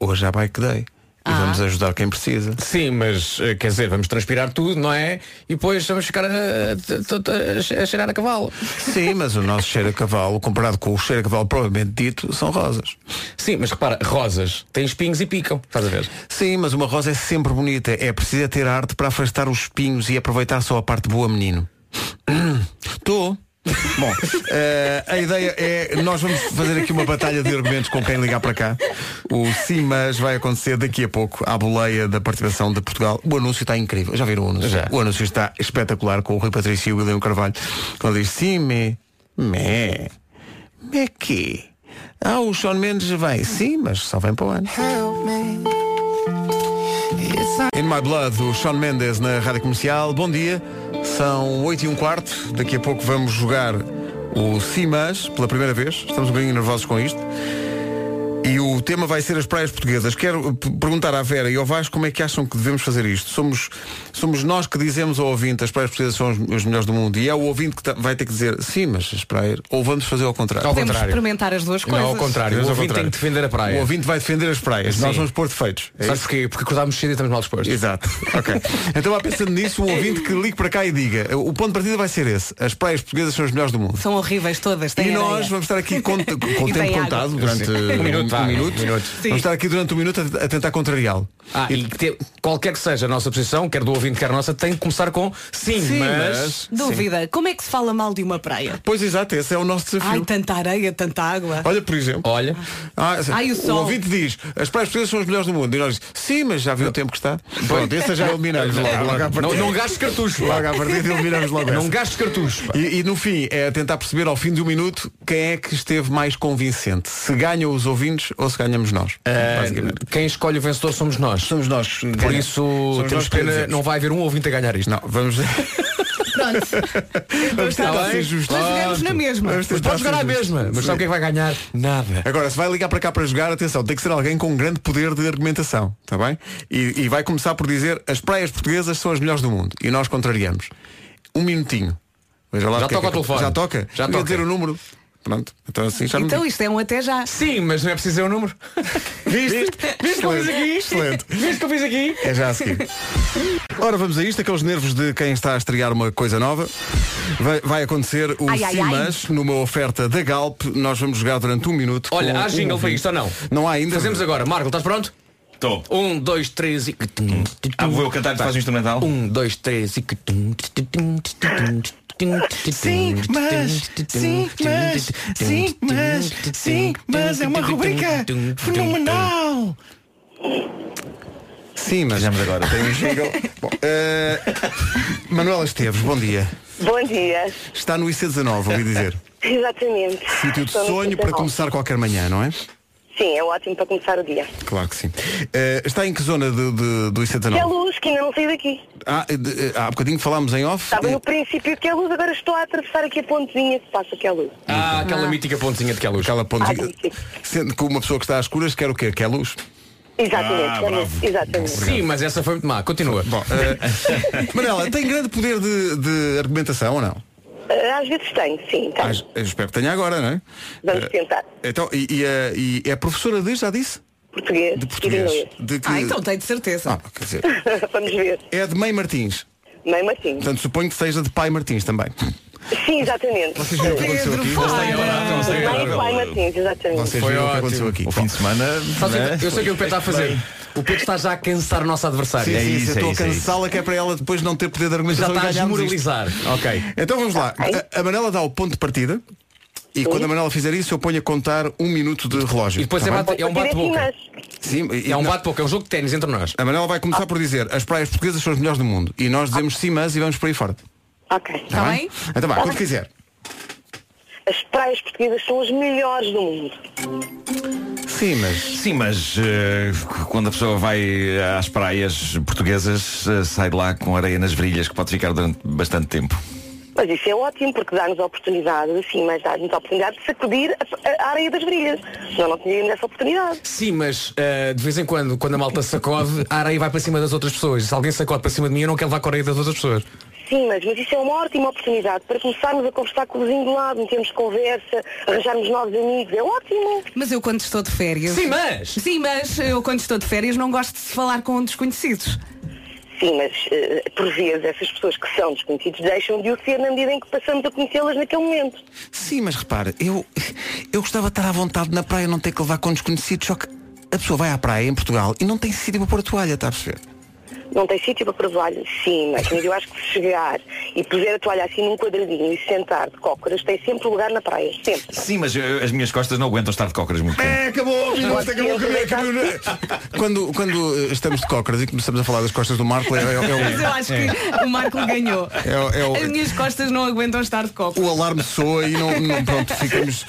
S2: hoje há bike day. E
S4: Ah.
S2: vamos ajudar quem precisa.
S6: Sim, mas eh, quer dizer, vamos transpirar tudo, não é? E depois vamos ficar a, a- a- a cheirar a cavalo.
S2: Sim, mas o nosso cheiro a cavalo, comparado com o cheiro a cavalo provavelmente dito, são rosas.
S6: Sim, mas repara, rosas têm espinhos e picam, estás a ver?
S2: Sim, mas uma rosa é sempre bonita. É preciso é ter arte para afastar os espinhos e aproveitar só a parte boa, menino. Estou. Bom, eh, a ideia é nós vamos fazer aqui uma batalha de argumentos com quem ligar para cá. O sim, mas vai acontecer daqui a pouco à boleia da participação de Portugal. O anúncio está incrível. Já viram o anúncio?
S6: Já.
S2: O anúncio está espetacular com o Rui Patrício e o William Carvalho. Quando diz sim, me, me, me que. Ah, o Sean Mendes vem. Sim, mas só vem para o ano. In My Blood, o Sean Mendes na Rádio Comercial. Bom dia, são 8 e um quarto. Daqui a pouco vamos jogar o Simas pela primeira vez. Estamos um bocadinho nervosos com isto. E o tema vai ser as praias portuguesas. Quero p- perguntar à Vera e ao Vasco como é que acham que devemos fazer isto. Somos, somos nós que dizemos ao ouvinte as praias portuguesas são as, as melhores do mundo. E é o ouvinte que ta- vai ter que dizer sim, mas as praias. Ou vamos fazer ao contrário.
S4: Podemos experimentar as duas coisas.
S6: Não, ao contrário.
S2: Mas
S6: o
S2: ao
S6: ouvinte
S2: contrário.
S6: tem que defender a praia.
S2: O ouvinte vai defender as praias. Nós
S6: Sim.
S2: vamos pôr defeitos. É
S6: Sabes
S2: isso?
S6: porquê? Porque acordámos cedo e estamos mal dispostos. É.
S2: Exato.
S6: (laughs)
S2: Ok. Então, lá pensando nisso, um ouvinte que ligue para cá e diga: o ponto de partida vai ser esse. As praias portuguesas são as melhores do mundo.
S4: São horríveis todas.
S2: E
S4: têm
S2: nós
S4: areia.
S2: vamos
S4: (laughs)
S2: estar aqui com, com o
S4: E
S2: tempo
S4: tem água.
S2: contado durante
S6: Sim.
S2: um minuto.
S6: Um minuto, vá,
S2: Um minuto.
S6: um minuto. Sim.
S2: Vamos estar aqui durante um minuto a, a tentar contrariá-lo.
S6: Ah, e que te- qualquer que seja a nossa posição, quer do ouvinte, quer a nossa, tem que começar com sim,
S2: Sim,
S6: mas...
S4: Dúvida, como é que se fala mal de uma praia?
S2: Pois exato, esse é o nosso desafio.
S4: Ai, tá. tanta areia, tanta água.
S2: Olha, por exemplo.
S6: Olha.
S2: Ah,
S4: Ai, o sol.
S2: ouvinte diz, as praias portuguesas são as melhores do mundo. E nós dizemos, sim, mas já viu o tempo que está. Pronto, esse já eliminamos logo. logo à
S6: Não,
S2: partida.
S6: não gastes cartucho. pá.
S2: Logo à partida eliminamos logo
S6: Não
S2: essa.
S6: gastes cartucho. pá.
S2: E, e no fim, é tentar perceber ao fim de um minuto quem é que esteve mais convincente. Se ganham os ouvintes ou se ganhamos nós.
S6: Ah,
S2: basicamente.
S6: quem escolhe o vencedor somos nós.
S2: Somos nós.
S6: Por isso, temos pena, não
S2: não...
S6: vai haver um ouvinte a ganhar isto.
S2: Não,
S6: (laughs)
S2: vamos... vamos
S6: Está
S2: tentar
S6: bem.
S2: ser justos.
S4: Mas jogamos na mesma.
S2: Vamos
S6: Mas
S2: tentar
S6: pode jogar à
S2: ser justos.
S6: mesma. Mas sabe o que é que vai ganhar? Nada.
S2: Agora, se vai ligar para cá para jogar, atenção, tem que ser alguém com um grande poder de argumentação, está Tá bem? E, e vai começar por dizer as praias portuguesas são as melhores do mundo. E nós contrariamos. Um minutinho. Veja lá
S6: Já
S2: o que é
S6: toca
S2: que-
S6: o telefone.
S2: Já toca?
S6: Já
S2: Eu ia
S6: toca.
S2: dizer o número. Pronto. Então assim já me
S4: Então isto é um até já.
S6: Sim, mas não é preciso dizer
S2: (laughs)
S6: o número. Viste? Viste o que eu fiz aqui?
S2: Excelente.
S6: Viste o que eu fiz aqui?
S2: É já a seguir. Ora, vamos a isto, aqueles nervos de quem está a estrear uma coisa nova. Vai, vai acontecer o
S4: Ai, ai, ai.
S2: Simas, numa oferta da Galp. Nós vamos jogar durante um minuto.
S6: Olha,
S2: com
S6: há
S2: um
S6: jingle para
S2: ouvinte.
S6: isto ou não?
S2: Não há ainda.
S6: Fazemos agora. Marco, estás pronto?
S10: Estou.
S6: Um, dois, três e.
S10: Ah, vou eu cantar e tu fazes o instrumental?
S6: Um, dois, três e.
S9: Sim, mas, sim, mas, sim, mas, sim, mas é uma rubrica
S2: um
S9: fenomenal.
S2: Sim, mas
S10: Fizemos agora.
S2: tem um jingle. Bom, eh, Manuela Esteves, bom dia.
S14: Bom dia.
S2: Está no IC19, ouvi dizer.
S14: Exatamente.
S2: Sítio de
S14: Estou no
S2: sonho para
S14: 69.
S2: começar qualquer manhã, não é?
S14: Sim, é ótimo para começar o dia.
S2: Claro que sim. Eh, está em que zona de- de- do
S14: Que é
S2: IC19?
S14: luz, que ainda não saí daqui.
S2: Ah, eh, de- eh, há bocadinho falámos em off.
S14: Estava
S2: eh,
S14: no princípio que é luz, agora estou a atravessar aqui a pontezinha que passa que é luz.
S6: Ah, aquela mítica pontinha de que é luz.
S2: Aquela pontinha.
S14: Ah, sim.
S2: Sendo que uma pessoa que está às escuras quer o quê? Quer luz? Ah,
S14: Exatamente, é luz, exatamente.
S6: Sim, mas essa foi muito má. Continua.
S2: Bom, eh, (laughs) Manela, tem grande poder de, de argumentação ou não?
S14: Ah, Às vezes tenho, sim, tenho.
S2: Ah, eu espero que tenha agora, não é?
S14: Vamos tentar.
S2: Então, e, e, eh, e é professora de, já disse?
S14: Português,
S2: De
S14: e
S2: português.
S14: inglês.
S2: De que-
S4: Ah, então tenho de certeza.
S2: Ah, quer dizer,
S14: (laughs) Vamos ver.
S2: é de Mãe Martins.
S14: Mesmo assim.
S2: Portanto, suponho que seja de Pai Martins também.
S14: Sim, exatamente.
S2: Vocês viram o que aconteceu
S4: Pedro,
S2: aqui?
S4: para.
S14: Bem, pai Martins, exatamente.
S2: Vocês
S6: Foi
S2: viram o que
S6: ótimo.
S2: aconteceu aqui?
S10: O fim de semana.
S6: Sabe o que-
S10: né?
S6: Eu sei o que o Pedro está a fazer. O Pedro está já a cansar o nosso adversário.
S2: Sim,
S10: É isso,
S2: sim, eu
S10: é
S2: estou a
S10: isso, é isso.
S2: cansá-la que é para ela depois não ter poder de
S6: Já
S2: argumentação
S6: está a
S2: e ganharmos isto.
S6: desmoralizar. Ok.
S2: Então vamos lá. A, a Manela dá o ponto de partida e quando a Manela fizer isso eu ponho a contar um minuto de relógio.
S6: E depois
S2: tá
S6: é,
S2: bem?
S6: bate- é um bate-boca.
S2: Sim, e-
S6: É um
S2: não-
S6: bate-boca, é um jogo de ténis entre nós.
S2: A Manela vai começar por dizer as praias portuguesas são as melhores do mundo e nós dizemos sim, mas e vamos por aí fora.
S14: Ok.
S2: Tá
S4: Tá
S2: bem?
S4: bem.
S2: Então vá, quando quiser.
S14: As praias portuguesas são as melhores do mundo.
S2: Sim, mas.
S10: Sim, mas eh, quando a pessoa vai eh, às praias portuguesas, eh, sai de lá com areia nas virilhas que pode ficar durante bastante tempo.
S14: Mas isso é ótimo, porque dá-nos a oportunidade, assim, mas dá-nos a oportunidade de sacudir a, a- a areia das brilhas. Senão não tínhamos essa oportunidade.
S6: Sim, mas ah, de vez em quando, quando a malta sacode, a areia vai para cima das outras pessoas. Se alguém sacode para cima de mim, eu não quero levar com a areia das outras pessoas.
S10: Tá
S14: Sim, mas, mas isso é uma ótima oportunidade para começarmos a conversar com o vizinho do lado, metermos conversa, arranjarmos novos amigos. É ótimo.
S4: Mas eu quando estou de férias.
S6: Sim, mas!
S4: Sim, mas eu quando estou de férias não gosto de se falar com desconhecidos.
S14: Sim, mas eh, por vezes essas pessoas que são desconhecidas deixam de o ser na medida em que passamos a conhecê-las naquele momento.
S2: Sim, mas repare, eu, eu gostava de estar à vontade na praia, não ter que levar com desconhecidos, só que a pessoa vai à praia em Portugal e não tem sítio para pôr a toalha, está a perceber?
S14: Não tem sítio para provar, sim, mas, mas eu acho que se chegar e puser a toalha assim num quadradinho e se sentar de cócoras, tem sempre lugar na praia, sempre.
S10: Sim, mas eh, as minhas costas não aguentam estar de cócoras muito tempo.
S2: É, acabou, minuto, acabou, acabou, acabou. Quando, quando eh, estamos de cócoras e começamos a falar das costas do Marco, é, é- é o-
S4: (laughs) Mas eu acho que o Marco ganhou.
S2: É o- é o-
S4: As minhas costas não aguentam estar de copo.
S2: o alarme soa e não, não pronto, ficamos.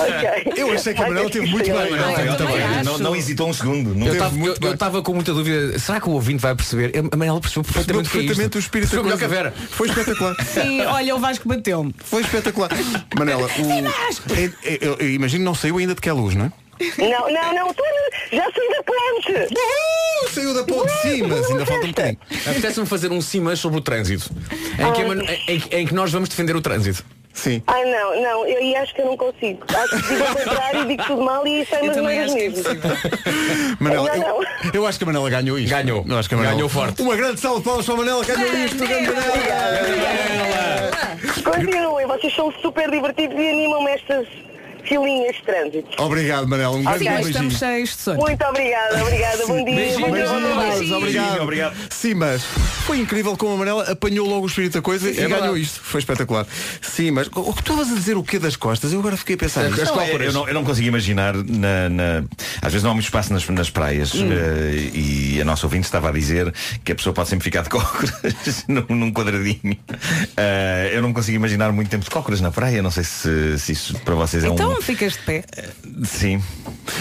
S14: Ok.
S2: Eu achei que a Manela teve muito bem.
S10: tá
S4: Não, eu também acho.
S10: Não, não hesitou um segundo. Não
S6: Eu
S10: teve-
S6: tava-
S2: muito
S6: eu- eu estava com muita dúvida. Será que o ouvinte vai perceber? A Manela percebeu
S2: Percebeu
S6: perfeitamente,
S2: perfeitamente o espírito
S6: Foi
S2: da
S6: melhor que a
S2: coisa.
S6: Vera.
S2: Foi espetacular.
S4: Sim,
S6: (laughs)
S4: olha, o Vasco bateu-me.
S2: Foi espetacular. Manela, o... é- é- eu- eu imagino que não saiu ainda de que é luz, não é?
S14: Não, não, não, tu já saí da ponte!
S2: Saiu da ponte, sim, mas ainda falta um bocadinho.
S6: Apetece-me fazer um cimas sobre o trânsito. Em que,
S3: Ah.
S6: a Manu- em- em- em que nós vamos defender o trânsito.
S2: Sim.
S14: Ai Ah, não, não, eu e acho que eu não consigo. Acho que digo ao contrário, digo tudo mal e saio umas maneiras mesmo.
S2: Manela, eu, eu acho que a Manela ganhou isto. Ganhou. Eu acho que a Manela...
S6: Ganhou forte.
S2: Uma grande salva de palmas para a Manela, ganhou isto. grande Manela!
S14: Continuem, vocês são super divertidos e animam-me estas filinhas de trânsito.
S2: Obrigado, Manela. Um grande beijinho.
S4: cheios de sono.
S14: Muito obrigada, obrigada. Bom dia,
S2: Beijinhos,
S14: bom dia, bom
S2: beijinhos,
S14: trabalho.
S2: obrigado. obrigado. Sim, mas foi incrível como a Manela apanhou logo o espírito da coisa e
S6: verdade.
S2: ganhou isto. Foi espetacular. Sim, mas o que tu estavas a dizer o quê das costas? Eu agora fiquei a pensar. é, nisso.
S10: Não, é, eu, eu não, eu não consigo imaginar na, na- Às vezes não há muito espaço nas, nas praias
S2: Hum.
S10: eh, E a nossa ouvinte estava a dizer Que a pessoa pode sempre ficar de (laughs) cócoras num, num quadradinho Eh, Eu não consigo imaginar muito tempo de cócoras na praia Não sei se, se isso para vocês é
S4: Então
S10: um...
S4: ficas de pé.
S10: Sim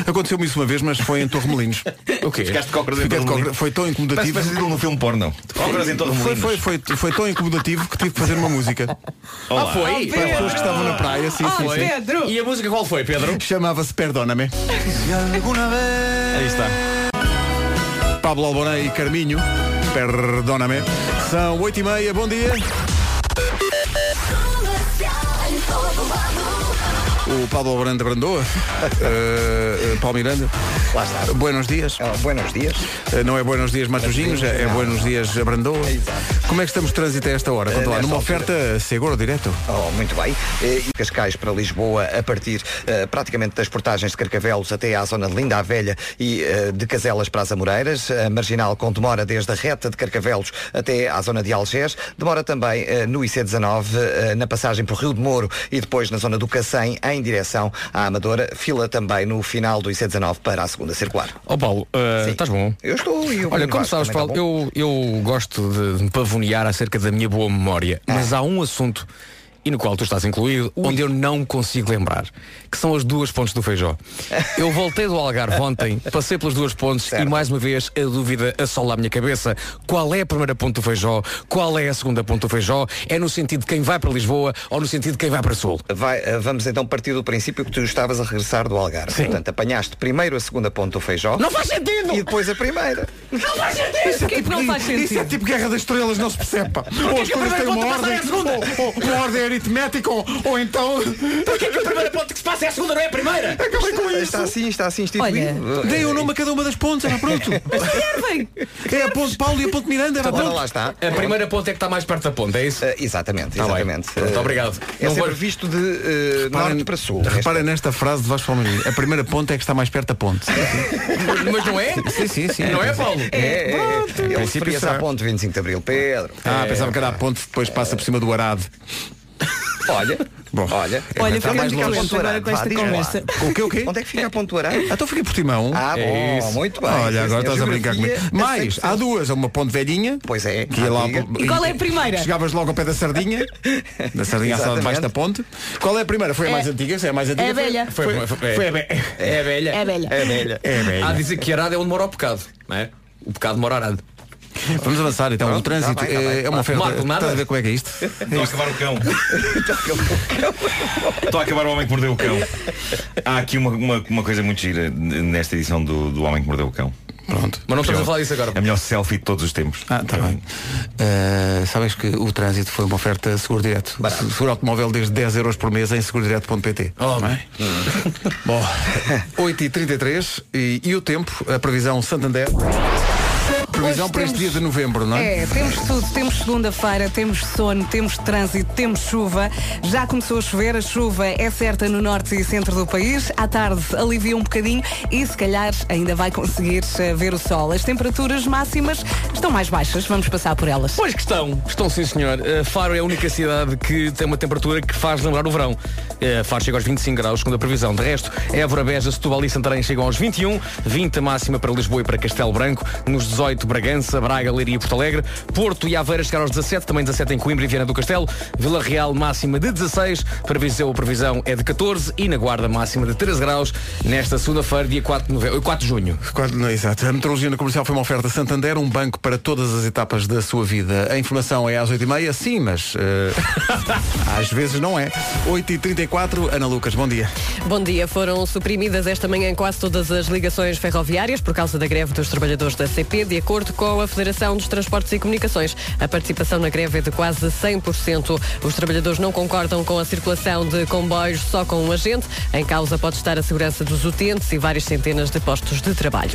S2: Aconteceu-me isso uma vez, mas foi em
S10: (laughs)
S2: Torremolinos O quê?
S10: Ficaste de cócoras em
S2: Fiquei de
S10: Torremolinos?
S2: cócoras. Foi tão incomodativo.
S10: Parece- parece um filme porno. Cócoras em
S2: foi,
S10: Torremolinos.
S2: foi, foi, foi tão incomodativo que tive que fazer uma música.
S10: Olá. Ah,
S2: Para
S10: foi?
S2: as pessoas que estavam na
S10: (laughs)
S2: praia, sim,
S6: Ah,
S2: sim,
S6: foi?
S2: sim.
S6: Pedro! E a música qual foi, Pedro?
S2: Chamava-se Perdóname.
S10: Aí está
S2: Pablo Alboné e Carminho, perdóname. São 8 e meia, bom dia. O Pablo Alboné da Brandoa, (laughs) eh, eh, Paulo Miranda. Lá está. Buenos dias.
S3: É, buenos dias.
S2: não é buenos dias Matosinhos, é, é buenos dias a Brandoa. Como é que estamos de trânsito a esta hora? Conta lá,
S3: nesta
S2: numa
S3: altura.
S2: oferta Seguro Direto.
S3: Oh, muito bem. Eh, E Cascais para Lisboa, a partir eh, praticamente das portagens de Carcavelos até à zona de Linda a Velha e eh, de Caselas para as Amoreiras. A marginal com demora desde a reta de Carcavelos até à zona de Algés. Demora também eh, no IC19, eh, na passagem por Rio de Moro e depois na zona do Cacém, em direção à Amadora. Fila também no final do IC19 para a segunda circular.
S6: Ó Paulo, eh, estás bom?
S3: Ah. Eu estou e o
S6: Olha,
S3: Bruno
S6: como
S3: Vasco
S6: sabes,
S3: também tá
S6: Paulo,
S3: está
S6: eu, eu gosto de, de me pavonear acerca da minha boa memória,
S3: Ah.
S6: mas há um assunto, e no qual tu estás incluído, onde eu não consigo lembrar, que são as duas pontes
S3: (laughs)
S6: do feijó. Eu voltei do Algarve ontem, passei pelas duas pontes e mais uma vez a dúvida assola a minha cabeça. Qual é a primeira ponte do feijó? Qual é a segunda ponte do feijó? É no sentido de quem vai para Lisboa ou no sentido de quem vai para Sul?
S3: Vai, eh, vamos então partir do princípio que tu estavas a regressar do Algarve. Portanto, apanhaste primeiro a segunda ponta do feijó.
S6: Não faz sentido!
S3: E depois a primeira.
S6: Não faz
S3: Isso é
S4: que não faz sentido?
S2: Isso é tipo Guerra das Estrelas, não se percebe. pá. Ou as
S6: que a
S2: coisas têm
S6: primeira
S2: uma
S6: ponta
S2: ordem,
S6: passa é a
S2: ou, ou uma ordem aritmética, ou, ou então.
S6: Porquê que a primeira ponte que se passa é a segunda, não é a primeira?
S2: Acabei com isso.
S3: Está assim, está assim
S2: Olha,
S3: instituído.
S2: dei o nome a cada uma das pontes, era pronto. (laughs) é a ponte Paulo e a ponte Miranda, era
S3: Então,
S2: pronto.
S3: lá está.
S6: A primeira ponte é que está mais perto da ponte, é isso?
S2: Eh,
S3: exatamente,
S6: Tá bem.
S3: exatamente.
S6: Pronto,
S3: Eh,
S6: obrigado.
S3: É
S6: Não
S3: sempre
S6: vou-
S3: visto de eh, norte para sul.
S2: Reparem nesta frase de Vasco Palmeirinho. A primeira ponte é que está mais perto da ponte.
S6: Mas não é?
S2: (laughs) Sim, sim, sim.
S6: Não é, Paulo?
S3: É, é, é. Ele
S2: princípio
S3: referia-se
S2: será.
S3: à ponte 25 de Abril, Pedro.
S2: Ah,
S3: É.
S2: pensava que era a ponte que depois passa por cima do arado.
S3: Olha, olha,
S6: é,
S2: Olha,
S3: está mais
S2: ficamos contentes
S3: longe.
S2: agora com esta
S3: Vá, diz lá.
S2: conversa. O quê, o quê?
S3: Onde é que fica a ponte do Arado?
S2: Então fica por timão.
S3: Ah, bom,
S2: É isso.
S3: muito bem.
S2: Olha,
S3: Sim,
S2: agora
S3: senhor.
S2: estás a brincar comigo.
S3: Geografia,
S2: Mais, há duas. Há uma ponte velhinha.
S3: Pois é.
S2: Que ia lá,
S4: E qual é a
S2: (laughs)
S4: primeira?
S2: Chegavas logo ao pé da sardinha. Da sardinha assada
S3: Exatamente.
S2: debaixo da ponte. Qual é a primeira? Foi a
S4: É-
S2: mais antiga? Se é a mais antiga.
S4: é a
S2: foi-
S4: velha.
S2: Foi,
S6: Foi- foi-
S2: foi a be-
S6: É a velha.
S4: É a velha.
S2: É a velha.
S6: Há de dizer que Arado é onde mora o pecado, não é? O pecado mora Arado.
S2: Vamos avançar então. o
S6: Pronto,
S2: trânsito
S6: tá bem, tá
S2: eh,
S6: bem.
S2: é uma oferta.
S6: Marco, nada.
S2: Estás a ver como é que é isto? É
S10: Estou a acabar o
S2: (laughs)
S10: cão.
S2: Então,
S10: Estou a acabar o Homem que Mordeu o Cão. Há aqui uma, uma, uma coisa muito gira nesta edição do, do Homem que Mordeu o Cão. Pronto.
S6: Mas não estamos a falar disso agora.
S10: A melhor selfie de todos os tempos.
S2: Ah, tá bem. Eh, sabes que o trânsito foi uma oferta seguro direto. Seguro automóvel desde 10 euros por mês em segurodireto.pt. Não é? Bom, 8h33 e, e o tempo, a previsão Santander. Previsão
S4: Hoje
S2: para este
S4: temos-
S2: dia de novembro, não é?
S4: É, temos tudo. Temos segunda-feira, temos sono, temos trânsito, temos chuva. Já começou a chover, a chuva é certa no norte e centro do país. À tarde alivia um bocadinho e se calhar ainda vai conseguir eh, ver o sol. As temperaturas máximas estão mais baixas, vamos passar por elas.
S6: Pois que estão. Estão sim, senhor. Eh, Faro é a única cidade que tem uma temperatura que faz lembrar o verão. Eh, Faro chega aos 25 graus, segundo a previsão. De resto, um. Évora, Beja, Setúbal e Santarém chegam aos 21, 20 a máxima para Lisboa e para Castelo Branco, nos 18 Bragança, Braga, Leiria e Porto Alegre. Porto e Aveira chegaram aos 17, também 17 em Coimbra e Viana do Castelo. Vila Real, máxima de 16. Para Viseu, a previsão é de 14. E na Guarda, máxima de 13 graus. Nesta segunda-feira, dia 4 de, nove... 4 de junho.
S2: Quando, não, exato. A metrologia na comercial foi uma oferta Santander, um banco para todas as etapas da sua vida. A informação é às 8h30, sim, mas eh, (laughs) às vezes não é. 8h34, Ana Lucas, bom dia.
S11: Bom dia. Foram suprimidas esta manhã quase todas as ligações ferroviárias por causa da greve dos trabalhadores da CP, de acordo com a Federação dos Transportes e Comunicações. A participação na greve é de quase 100%. Os trabalhadores não concordam com a circulação de comboios só com um agente. Em causa pode estar a segurança dos utentes e várias centenas de postos de trabalho.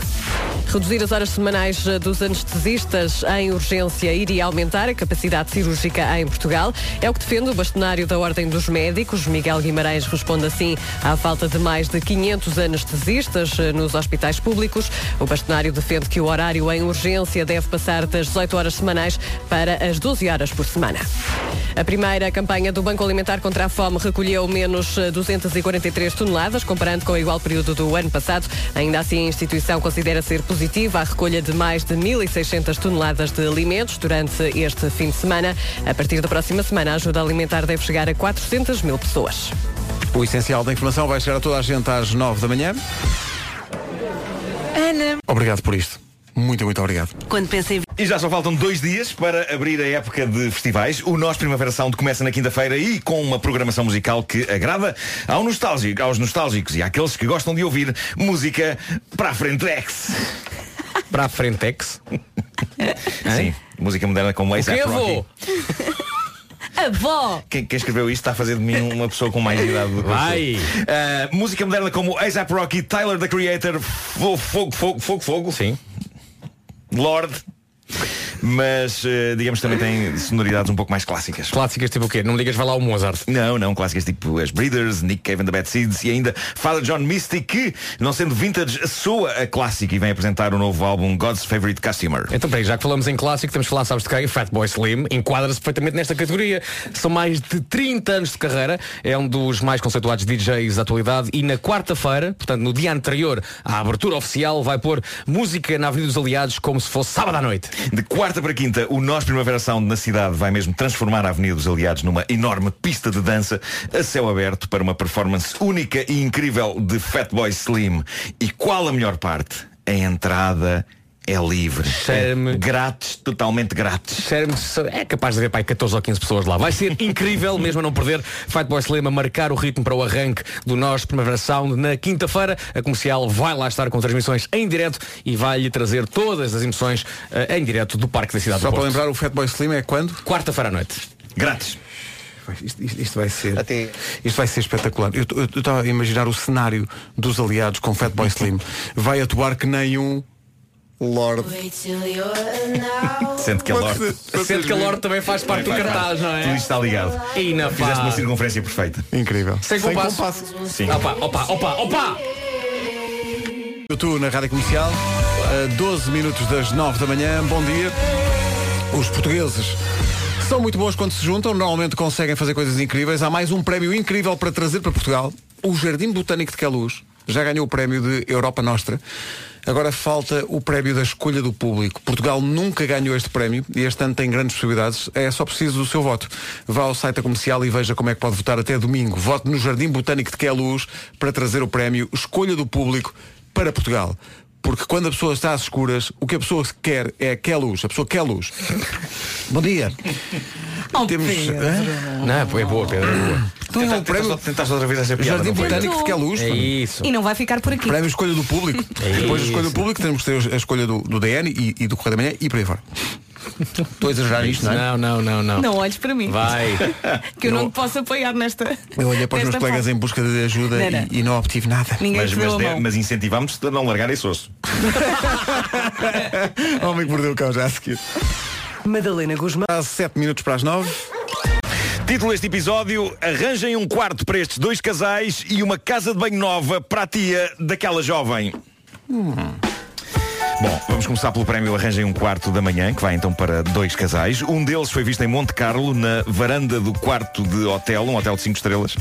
S11: Reduzir as horas semanais eh, dos anestesistas em urgência iria aumentar a capacidade cirúrgica em Portugal. É o que defende o bastonário da Ordem dos Médicos. Miguel Guimarães responde assim à falta de mais de 500 anestesistas eh, nos hospitais públicos. O bastonário defende que o horário em urgência deve passar das 18 horas semanais para as 12 horas por semana. A primeira campanha do Banco Alimentar contra a Fome recolheu menos eh, 243 toneladas, comparando com o igual período do ano passado. Ainda assim, a instituição considera ser positiva a recolha de mais de 1.600 toneladas de alimentos durante este fim de semana. A partir da próxima semana, a ajuda alimentar deve chegar a 400 mil pessoas.
S2: O essencial da informação vai chegar a toda a gente às 9 da manhã.
S5: Ana.
S2: Obrigado por isto. Muito, muito obrigado.
S5: Quando pensa em
S10: E já só faltam dois dias para abrir a época de festivais. O Nós Primavera Sound começa na quinta-feira e com uma programação musical que agrada ao nostálgico, aos nostálgicos e àqueles que gostam de ouvir música para a Frentex.
S6: Para a Frentex?
S10: (laughs) Sim, música moderna como Ace
S6: quê,
S10: Rocky.
S6: avô?
S4: (laughs)
S5: Avó!
S10: Quem, quem escreveu isto está a fazer de mim uma pessoa com mais idade do que eu
S6: Vai.
S10: sou. Ah, música moderna como A$AP Rocky, Tyler the Creator, Fogo, Fogo, Fogo, Fogo, Fogo. Sim. Lord. Mas, eh, digamos, também tem sonoridades um pouco mais clássicas.
S6: Clássicas tipo o quê? Não me digas vai lá o Mozart.
S10: Não, não, clássicas tipo as Breeders, Nick Cave and the Bad Seeds e ainda Father John Misty, que, não sendo vintage, soa a clássica e vem apresentar o novo álbum God's Favorite Customer.
S6: Então, peraí, já que falamos em clássico, temos de falar, sabes de quem? Fatboy Slim enquadra-se perfeitamente nesta categoria. São mais de 30 anos de carreira, é um dos mais conceituados DJs da atualidade e na quarta-feira, portanto, no dia anterior à abertura oficial, vai pôr música na Avenida dos Aliados como se fosse sábado à noite.
S10: De quarta para quinta, o Nós Primavera Sound na cidade vai mesmo transformar a Avenida dos Aliados numa enorme pista de dança a céu aberto para uma performance única e incrível de Fatboy Slim. E qual a melhor parte? A entrada é livre. É grátis, totalmente grátis.
S6: É capaz de haver pai 14 ou 15 pessoas lá.
S2: (laughs)
S6: Vai ser incrível, mesmo a não perder. Fatboy Slim a marcar o ritmo para o arranque do Nós Primavera Sound na quinta-feira. A comercial vai lá estar com transmissões em direto e vai lhe trazer todas as emoções eh, em direto do Parque da Cidade
S2: Só
S6: do
S2: para
S6: Porto.
S2: lembrar, o Fatboy Slim é quando?
S6: Quarta-feira à noite.
S10: Grátis.
S2: Isto, isto- isto vai ser isto vai ser espetacular eu eu- eu estava a imaginar o cenário dos aliados com Fatboy Slim vai atuar que nem um Lorde
S10: Sente que é a Lorde-
S6: Sente que a Lorde também faz parte do
S10: Vai, vai.
S6: cartaz, não é?
S10: Tudo isto está ligado.
S6: E na
S10: Fizeste
S6: pá.
S10: uma circunferência perfeita.
S2: Incrível.
S6: Sem compasso.
S10: Sim.
S6: Opa, opa, opa, opa!
S2: Eu estou na Rádio Comercial, a 12 minutos das 9 da manhã. Bom dia. Os portugueses são muito bons quando se juntam, normalmente conseguem fazer coisas incríveis. Há mais um prémio incrível para trazer para Portugal. O Jardim Botânico de Queluz já ganhou o prémio de Europa Nostra. Agora falta o prémio da escolha do público. Portugal nunca ganhou este prémio e este ano tem grandes possibilidades. É só preciso do seu voto. Vá ao site da comercial e veja como é que pode votar até domingo. Vote no Jardim Botânico de Queluz para trazer o prémio Escolha do Público para Portugal. Porque quando a pessoa está às escuras, o que a pessoa quer é quer luz. A pessoa quer luz. Bom dia. Temos. Hã?
S6: Não, é boa, Pedro. É boa.
S2: Tu é um prémio.
S10: Tentaste outra vez essa
S2: Jardim
S4: não foi?
S2: Botânico de quer luz.
S4: É
S6: isso. É
S4: E não vai ficar por aqui.
S2: Prémio escolha do público. Depois da escolha do público temos que ter a escolha do, do DN e, e do Correio da Manhã e por aí fora. Estou a exagerar isto, não é?
S6: Não, não, não, não.
S4: (laughs) Não olhes para mim.
S6: Vai.
S4: (laughs) Que eu não te posso apoiar nesta.
S2: Eu olhei para os meus
S4: nesta
S2: colegas
S4: fase.
S2: em busca de ajuda
S4: Não, não.
S2: E, e não obtive nada.
S4: Ninguém
S10: mas,
S4: te deu
S10: mas,
S4: a
S10: de-
S4: mão.
S10: mas incentivamos-te a não largar esse osso.
S2: (laughs) Homem que mordeu o cão já a seguir.
S5: Madalena Guzmão.
S2: Há 7 minutos para as 9.
S10: Título deste episódio: Arranjem um quarto para estes dois casais e uma casa de banho nova para a tia daquela jovem. Bom, vamos começar pelo prémio Arranjem um Quarto da Manhã, que vai então para dois casais. Um deles foi visto em Monte Carlo, na varanda do eh, quarto de hotel, um hotel de cinco estrelas,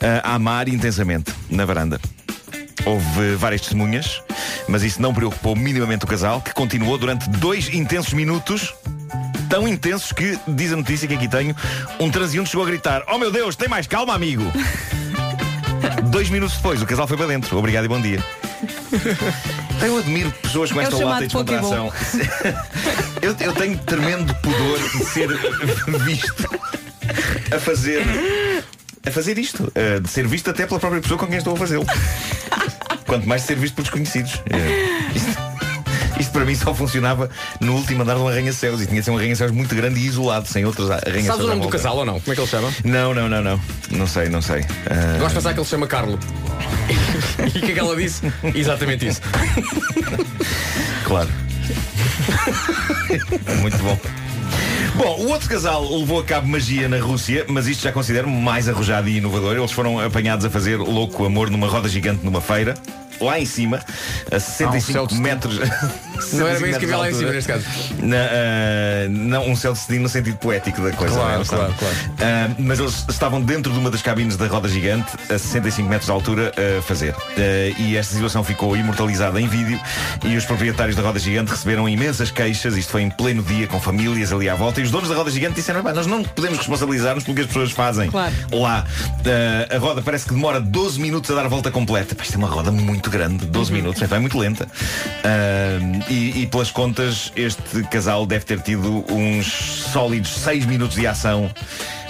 S10: ah, a amar intensamente, na varanda. Houve várias testemunhas, mas isso não preocupou minimamente o casal, que continuou durante dois intensos minutos. Tão intensos que, diz a notícia que aqui tenho, um transeunte chegou a gritar: Oh meu Deus, tem mais calma, amigo! Dois minutos depois, o casal foi para dentro. Obrigado e bom dia. Eu admiro pessoas com
S9: É o
S10: esta lata de
S9: chamado
S2: é
S10: descontração. eu, eu tenho tremendo pudor de ser visto a fazer. A fazer isto, eh, de ser visto até pela própria pessoa com quem estou a fazê-lo. Quanto mais ser visto por desconhecidos. Eh, isto, isto para mim só funcionava no último andar de um arranha-céus e tinha de ser um arranha-céus muito grande e isolado, sem outros arranha-céus.
S6: Sabes o
S10: à
S6: nome do
S10: volta.
S6: casal ou não? Como é que ele se chama?
S10: Não, não, não, não. Não sei, não sei. Eh,
S6: Gosto de pensar que ele se chama Carlo. (laughs) e o que é que ela disse? Exatamente isso.
S10: Claro. (laughs) Muito bom. Bom, o outro casal levou a cabo magia na Rússia, mas isto já considero mais arrojado e inovador. Eles foram apanhados a fazer louco amor numa roda gigante numa feira, lá em cima, a 65 metros.
S6: Não era bem isso
S10: 65
S6: que havia lá em
S10: metros de
S6: cima,
S10: altura.
S6: neste caso.
S10: Na, ah, não um céu de cedinho no sentido poético da coisa.
S6: Claro,
S10: não é? Eles
S6: claro,
S10: estavam- Ah, mas eles estavam dentro de uma das cabines da roda gigante, a 65 metros de altura, a fazer. Ah, e esta situação ficou imortalizada em vídeo e os proprietários da roda gigante receberam imensas queixas. Isto foi em pleno dia, com famílias ali à volta. E os donos da roda gigante disseram, "Epá, nós não podemos responsabilizar-nos pelo que as pessoas fazem
S9: Claro.
S10: lá. Ah, a roda parece que demora 12 minutos a dar a volta completa. Pá, isto é uma roda muito grande, 12 minutos, então é muito lenta. Ah, e, e pelas contas, este casal deve ter tido uns sólidos 6 minutos de ação.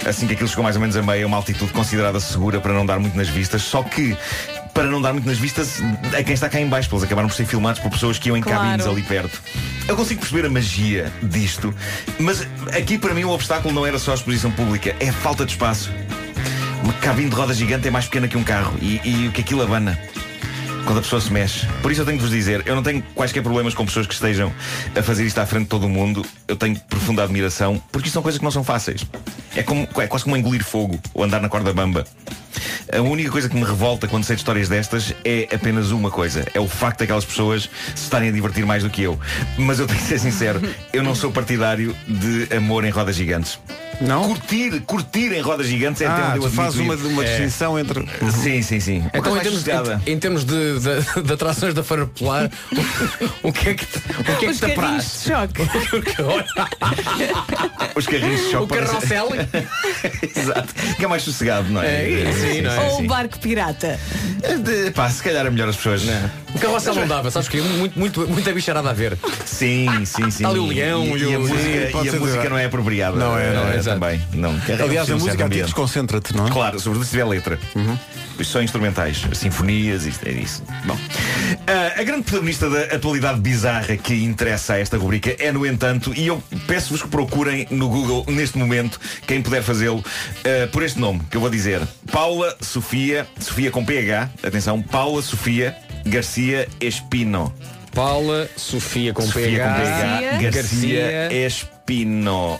S10: Assim que aquilo chegou mais ou menos a meia, uma altitude considerada segura para não dar muito nas vistas. Só que, para não dar muito nas vistas, a quem está cá em baixo, eles acabaram por ser filmados por pessoas que iam em
S9: Claro.
S10: cabines ali perto. Eu consigo perceber a magia disto, mas aqui para mim o obstáculo não era só a exposição pública, é a falta de espaço. Uma cabine de roda gigante é mais pequena que um carro e, e o que aquilo abana quando a pessoa se mexe. Por isso eu tenho de vos dizer, eu não tenho quaisquer problemas com pessoas que estejam a fazer isto à frente de todo o mundo. Eu tenho profunda admiração, porque isto são coisas que não são fáceis. É, como, é quase como engolir fogo ou andar na corda bamba. A única coisa que me revolta quando sei de histórias destas é apenas uma coisa. É o facto daquelas pessoas se estarem a divertir mais do que eu. Mas eu tenho de ser sincero, eu não sou partidário de amor em rodas gigantes. Não? Curtir, curtir em rodas gigantes é
S2: Ah,
S10: até onde eu
S2: tu
S10: admito
S2: faz
S10: ir. É.
S2: uma- uma distinção entre-
S10: Sim, sim, sim. Uma
S6: Então,
S10: coisa
S6: em
S10: mais
S6: termos,
S10: sossegada.
S6: em, em termos de, de- de atrações da Feira Popular, o, o que é que, te- o que, é que
S9: Os
S6: te apraz?
S9: carrinhos de choque.
S10: Os carrinhos de choque
S6: O carrossel.
S10: (laughs) Exato. Que é mais sossegado, não é?
S6: É, sim, não é?
S10: sim.
S5: Ou o barco pirata.
S10: De- Pá, se calhar é melhor as pessoas.
S6: O carrossel não dava, ah, sabes que é muito, muito, muita bicharada a ver.
S10: Sim, sim, sim.
S6: Está ali o leão
S10: e,
S6: e,
S10: e a
S6: o.
S10: música, e a música não é apropriada.
S2: Não é, não é,
S10: eh,
S2: exato.
S10: também. Não. Carrega
S2: Aliás,
S10: um
S2: a música
S10: certo
S2: a ti
S10: ambiente.
S2: desconcentra-te, não é? Uhum.
S10: Claro, sobretudo se tiver letra. Isto são instrumentais, sinfonias, isto é isso. Bom. Ah, a grande protagonista da atualidade bizarra que interessa a esta rubrica é, no entanto, e eu peço-vos que procurem no Google neste momento, quem puder fazê-lo, ah, por este nome que eu vou dizer. Paula Sofia, Sofia com PH, atenção, Paula Sofia Garcia Espino.
S6: Paula Sofia com PH.
S10: Garcia,
S6: Garcia.
S10: É Espino.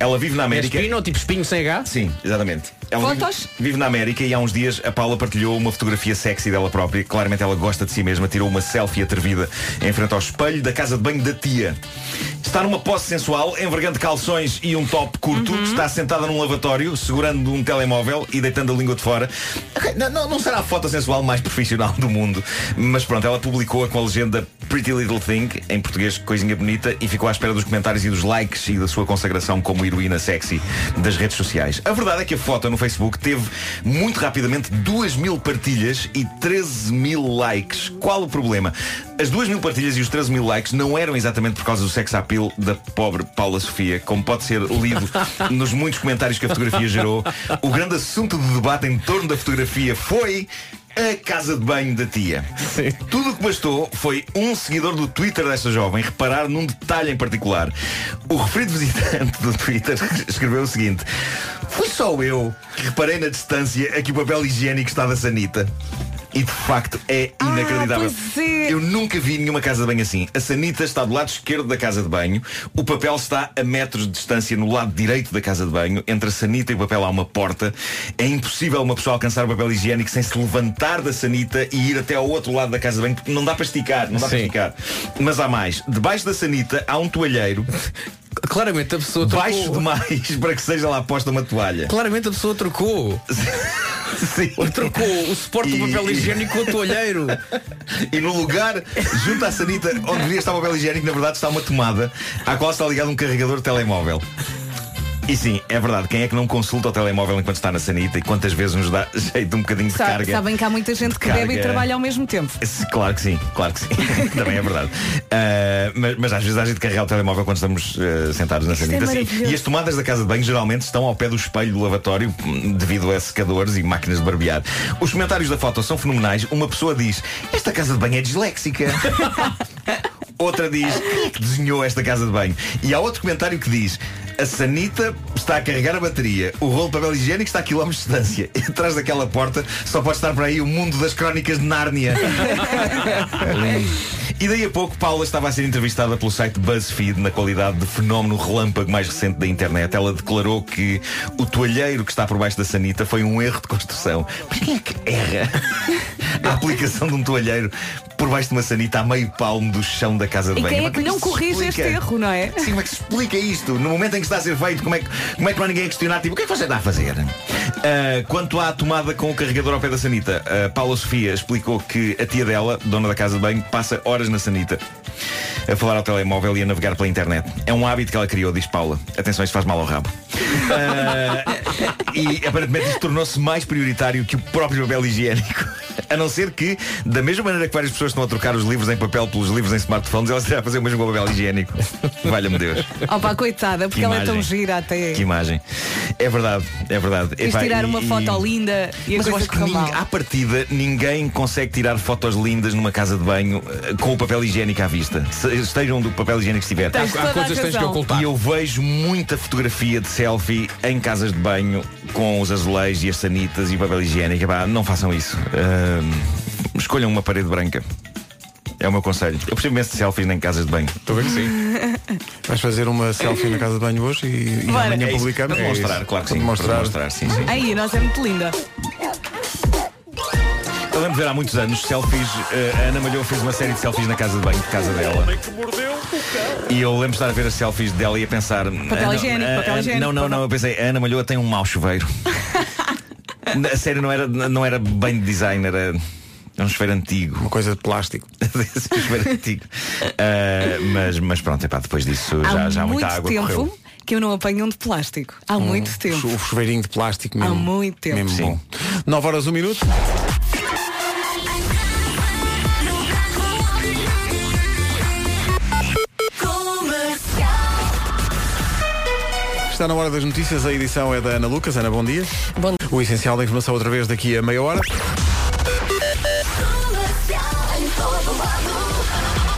S10: Ela vive na América.
S6: Espino, tipo espinho sem H?
S10: Sim, exatamente. Ela vive, vive na América e há uns dias a Paula partilhou uma fotografia sexy dela própria. Claramente ela gosta de si mesma, tirou uma selfie atrevida em frente ao espelho da casa de banho da tia. Está numa posse sensual, envergando calções e um top curto. Está sentada num lavatório, segurando um telemóvel e deitando a língua de fora. Ok, Não, não- não será a foto sensual mais profissional do mundo, mas pronto, ela publicou-a com a legenda Pretty Little Thing, em português, coisinha bonita, e ficou à espera dos comentários e dos likes e da sua consagração como heroína sexy das redes sociais. A verdade é que a foto no Facebook teve muito rapidamente 2 mil partilhas e 13 mil likes. Qual o problema? As 2 mil partilhas e os 13 mil likes não eram exatamente por causa do sex appeal da pobre Paula Sofia, como pode ser lido nos muitos comentários que a fotografia gerou. O grande assunto de debate em torno da fotografia foi a casa de banho da tia. Tudo o que bastou foi um seguidor do Twitter desta jovem reparar num detalhe em particular. O referido visitante do Twitter (laughs) escreveu o seguinte: Foi só eu que reparei na distância a que o papel higiênico está da Sanita. E de facto é inacreditável. Eu nunca vi nenhuma casa de banho assim. A sanita está do lado esquerdo da casa de banho, o papel está a metros de distância no lado direito da casa de banho. Entre a sanita e o papel há uma porta. É impossível uma pessoa alcançar o papel higiênico sem se levantar da sanita e ir até ao outro lado da casa de banho, porque não dá para esticar, não dá para
S6: Sim.
S10: esticar. Mas há mais. Debaixo da sanita há um toalheiro.
S6: Claramente a pessoa
S10: (laughs) Baixo demais para que seja lá posta uma toalha.
S6: Claramente a pessoa trocou.
S10: Sim.
S6: Trocou o suporte do papel higiênico com o toalheiro.
S10: E no lugar, junto à sanita, onde deveria estar o papel higiênico, na verdade está uma tomada à qual está ligado um carregador de telemóvel. E sim, é verdade, quem é que não consulta o telemóvel enquanto está na sanita e quantas vezes nos dá (laughs) jeito um bocadinho de
S4: Sabe-
S10: carga?
S4: Sabem que há muita gente que
S10: Carga.
S4: bebe e trabalha ao mesmo tempo.
S10: Se- Claro que sim, claro que sim. (laughs) Também é verdade. Ah, mas, mas às vezes há gente que carrega o telemóvel quando estamos ah, sentados na
S4: Isto é
S10: sanita. Sim.
S4: maravilhoso.
S10: E as tomadas da casa de banho geralmente estão ao pé do espelho do lavatório hum, devido a secadores e máquinas de barbear. Os comentários da foto são fenomenais. Uma pessoa diz, esta casa de banho é disléxica. (laughs) Outra diz, quem é que desenhou esta casa de banho? E há outro comentário que diz, a sanita está a carregar a bateria, o rolo de papel higiênico está a quilómetros de distância. E atrás daquela porta só pode estar por aí o mundo das crónicas de Nárnia. E daí a pouco Paula estava a ser entrevistada pelo site BuzzFeed na qualidade de fenómeno relâmpago mais recente da internet. Ela declarou que o toalheiro que está por baixo da sanita foi um erro de construção. Mas quem é que erra (laughs) a aplicação de um toalheiro por baixo de uma sanita a meio palmo do chão da casa de
S4: E
S10: banho?
S4: quem é
S10: Mas
S4: que
S10: como
S4: não
S10: que se
S4: corrige este
S10: explica?
S4: erro, não é?
S10: Sim, como é que se explica isto? No momento em que está a ser feito, como é que, como é que não há ninguém a questionar? Tipo, o que é que você está a fazer? Ah, quanto à tomada com o carregador ao pé da sanita, a Paula Sofia explicou que a tia dela, dona da casa de banho, passa horas na sanita a falar ao telemóvel e a navegar pela internet. É um hábito que ela criou, diz Paula. Atenção, isto faz mal ao rabo. Ah,
S6: (laughs)
S10: e aparentemente isto tornou-se mais prioritário que o próprio papel higiênico. (laughs) A não ser que, da mesma maneira que várias pessoas estão a trocar os livros em papel pelos livros em smartphones, ela será a fazer o mesmo com o papel higiênico. Valha-me Deus.
S4: Oh pá, coitada, porque
S10: Que
S4: ela é tão
S10: imagem.
S4: gira até.
S10: Que imagem. É verdade, é verdade.
S4: Quis
S10: Epá,
S4: tirar
S10: e-
S4: uma foto
S10: e-
S4: linda e a
S10: Mas eu
S4: coisa
S10: acho que
S4: ficou mal.
S10: ninguém, à partida ninguém consegue tirar fotos lindas numa casa de banho eh, com o papel higiênico à vista. Se- Esteja onde o papel higiênico estiver.
S6: Tens Há- há toda a coisas que tens que razão. ocultar.
S10: E eu vejo muita fotografia de selfie em casas de banho com os azulejos e as sanitas e o papel higiênico. Epá, não façam isso. Ahm, escolham uma parede branca. É o meu conselho. Eu percebo imenso de selfies nem em casas de banho. Estou a ver que sim.
S2: Vais fazer uma selfie na casa de banho hoje e, e
S10: Bora.
S2: amanhã
S10: É isso.
S2: publicamos.
S10: Para
S2: É
S10: demonstrar,
S2: isso.
S10: claro que
S2: Para
S10: sim, para
S2: demonstrar.
S10: demonstrar, sim, sim.
S4: Aí, nós é muito linda.
S10: Eu lembro de ver há muitos anos selfies. eh, a Ana Malhou fez uma série de selfies na casa de banho, de casa dela. E eu lembro de estar a ver as selfies dela e a pensar.
S4: Papel
S10: "Ana,
S4: higiênico,
S10: ah,
S4: papel
S10: ah,
S4: higiênico,
S10: Não, não, não. Eu pensei, a Ana Malhoa tem um
S4: (laughs)
S10: mau chuveiro. a série não era, não era bem de design, era. era um chuveiro antigo. Uma
S2: coisa
S10: (laughs)
S2: de plástico.
S10: um chuveiro antigo. Ah, mas, mas pronto, epá, depois disso já,
S4: Há
S10: já
S4: muito
S10: muita água
S4: tempo
S10: correu. Hum.
S4: que eu não apanho um de plástico. Há muito tempo.
S2: O chuveirinho de plástico
S4: Há
S2: mesmo.
S4: muito tempo.
S2: Mesmo bom. 9 horas, 1 minuto. Está na hora das notícias. A edição é da Ana Lucas. Ana, bom dia.
S11: Bom
S2: O essencial da informação outra vez daqui a meia hora.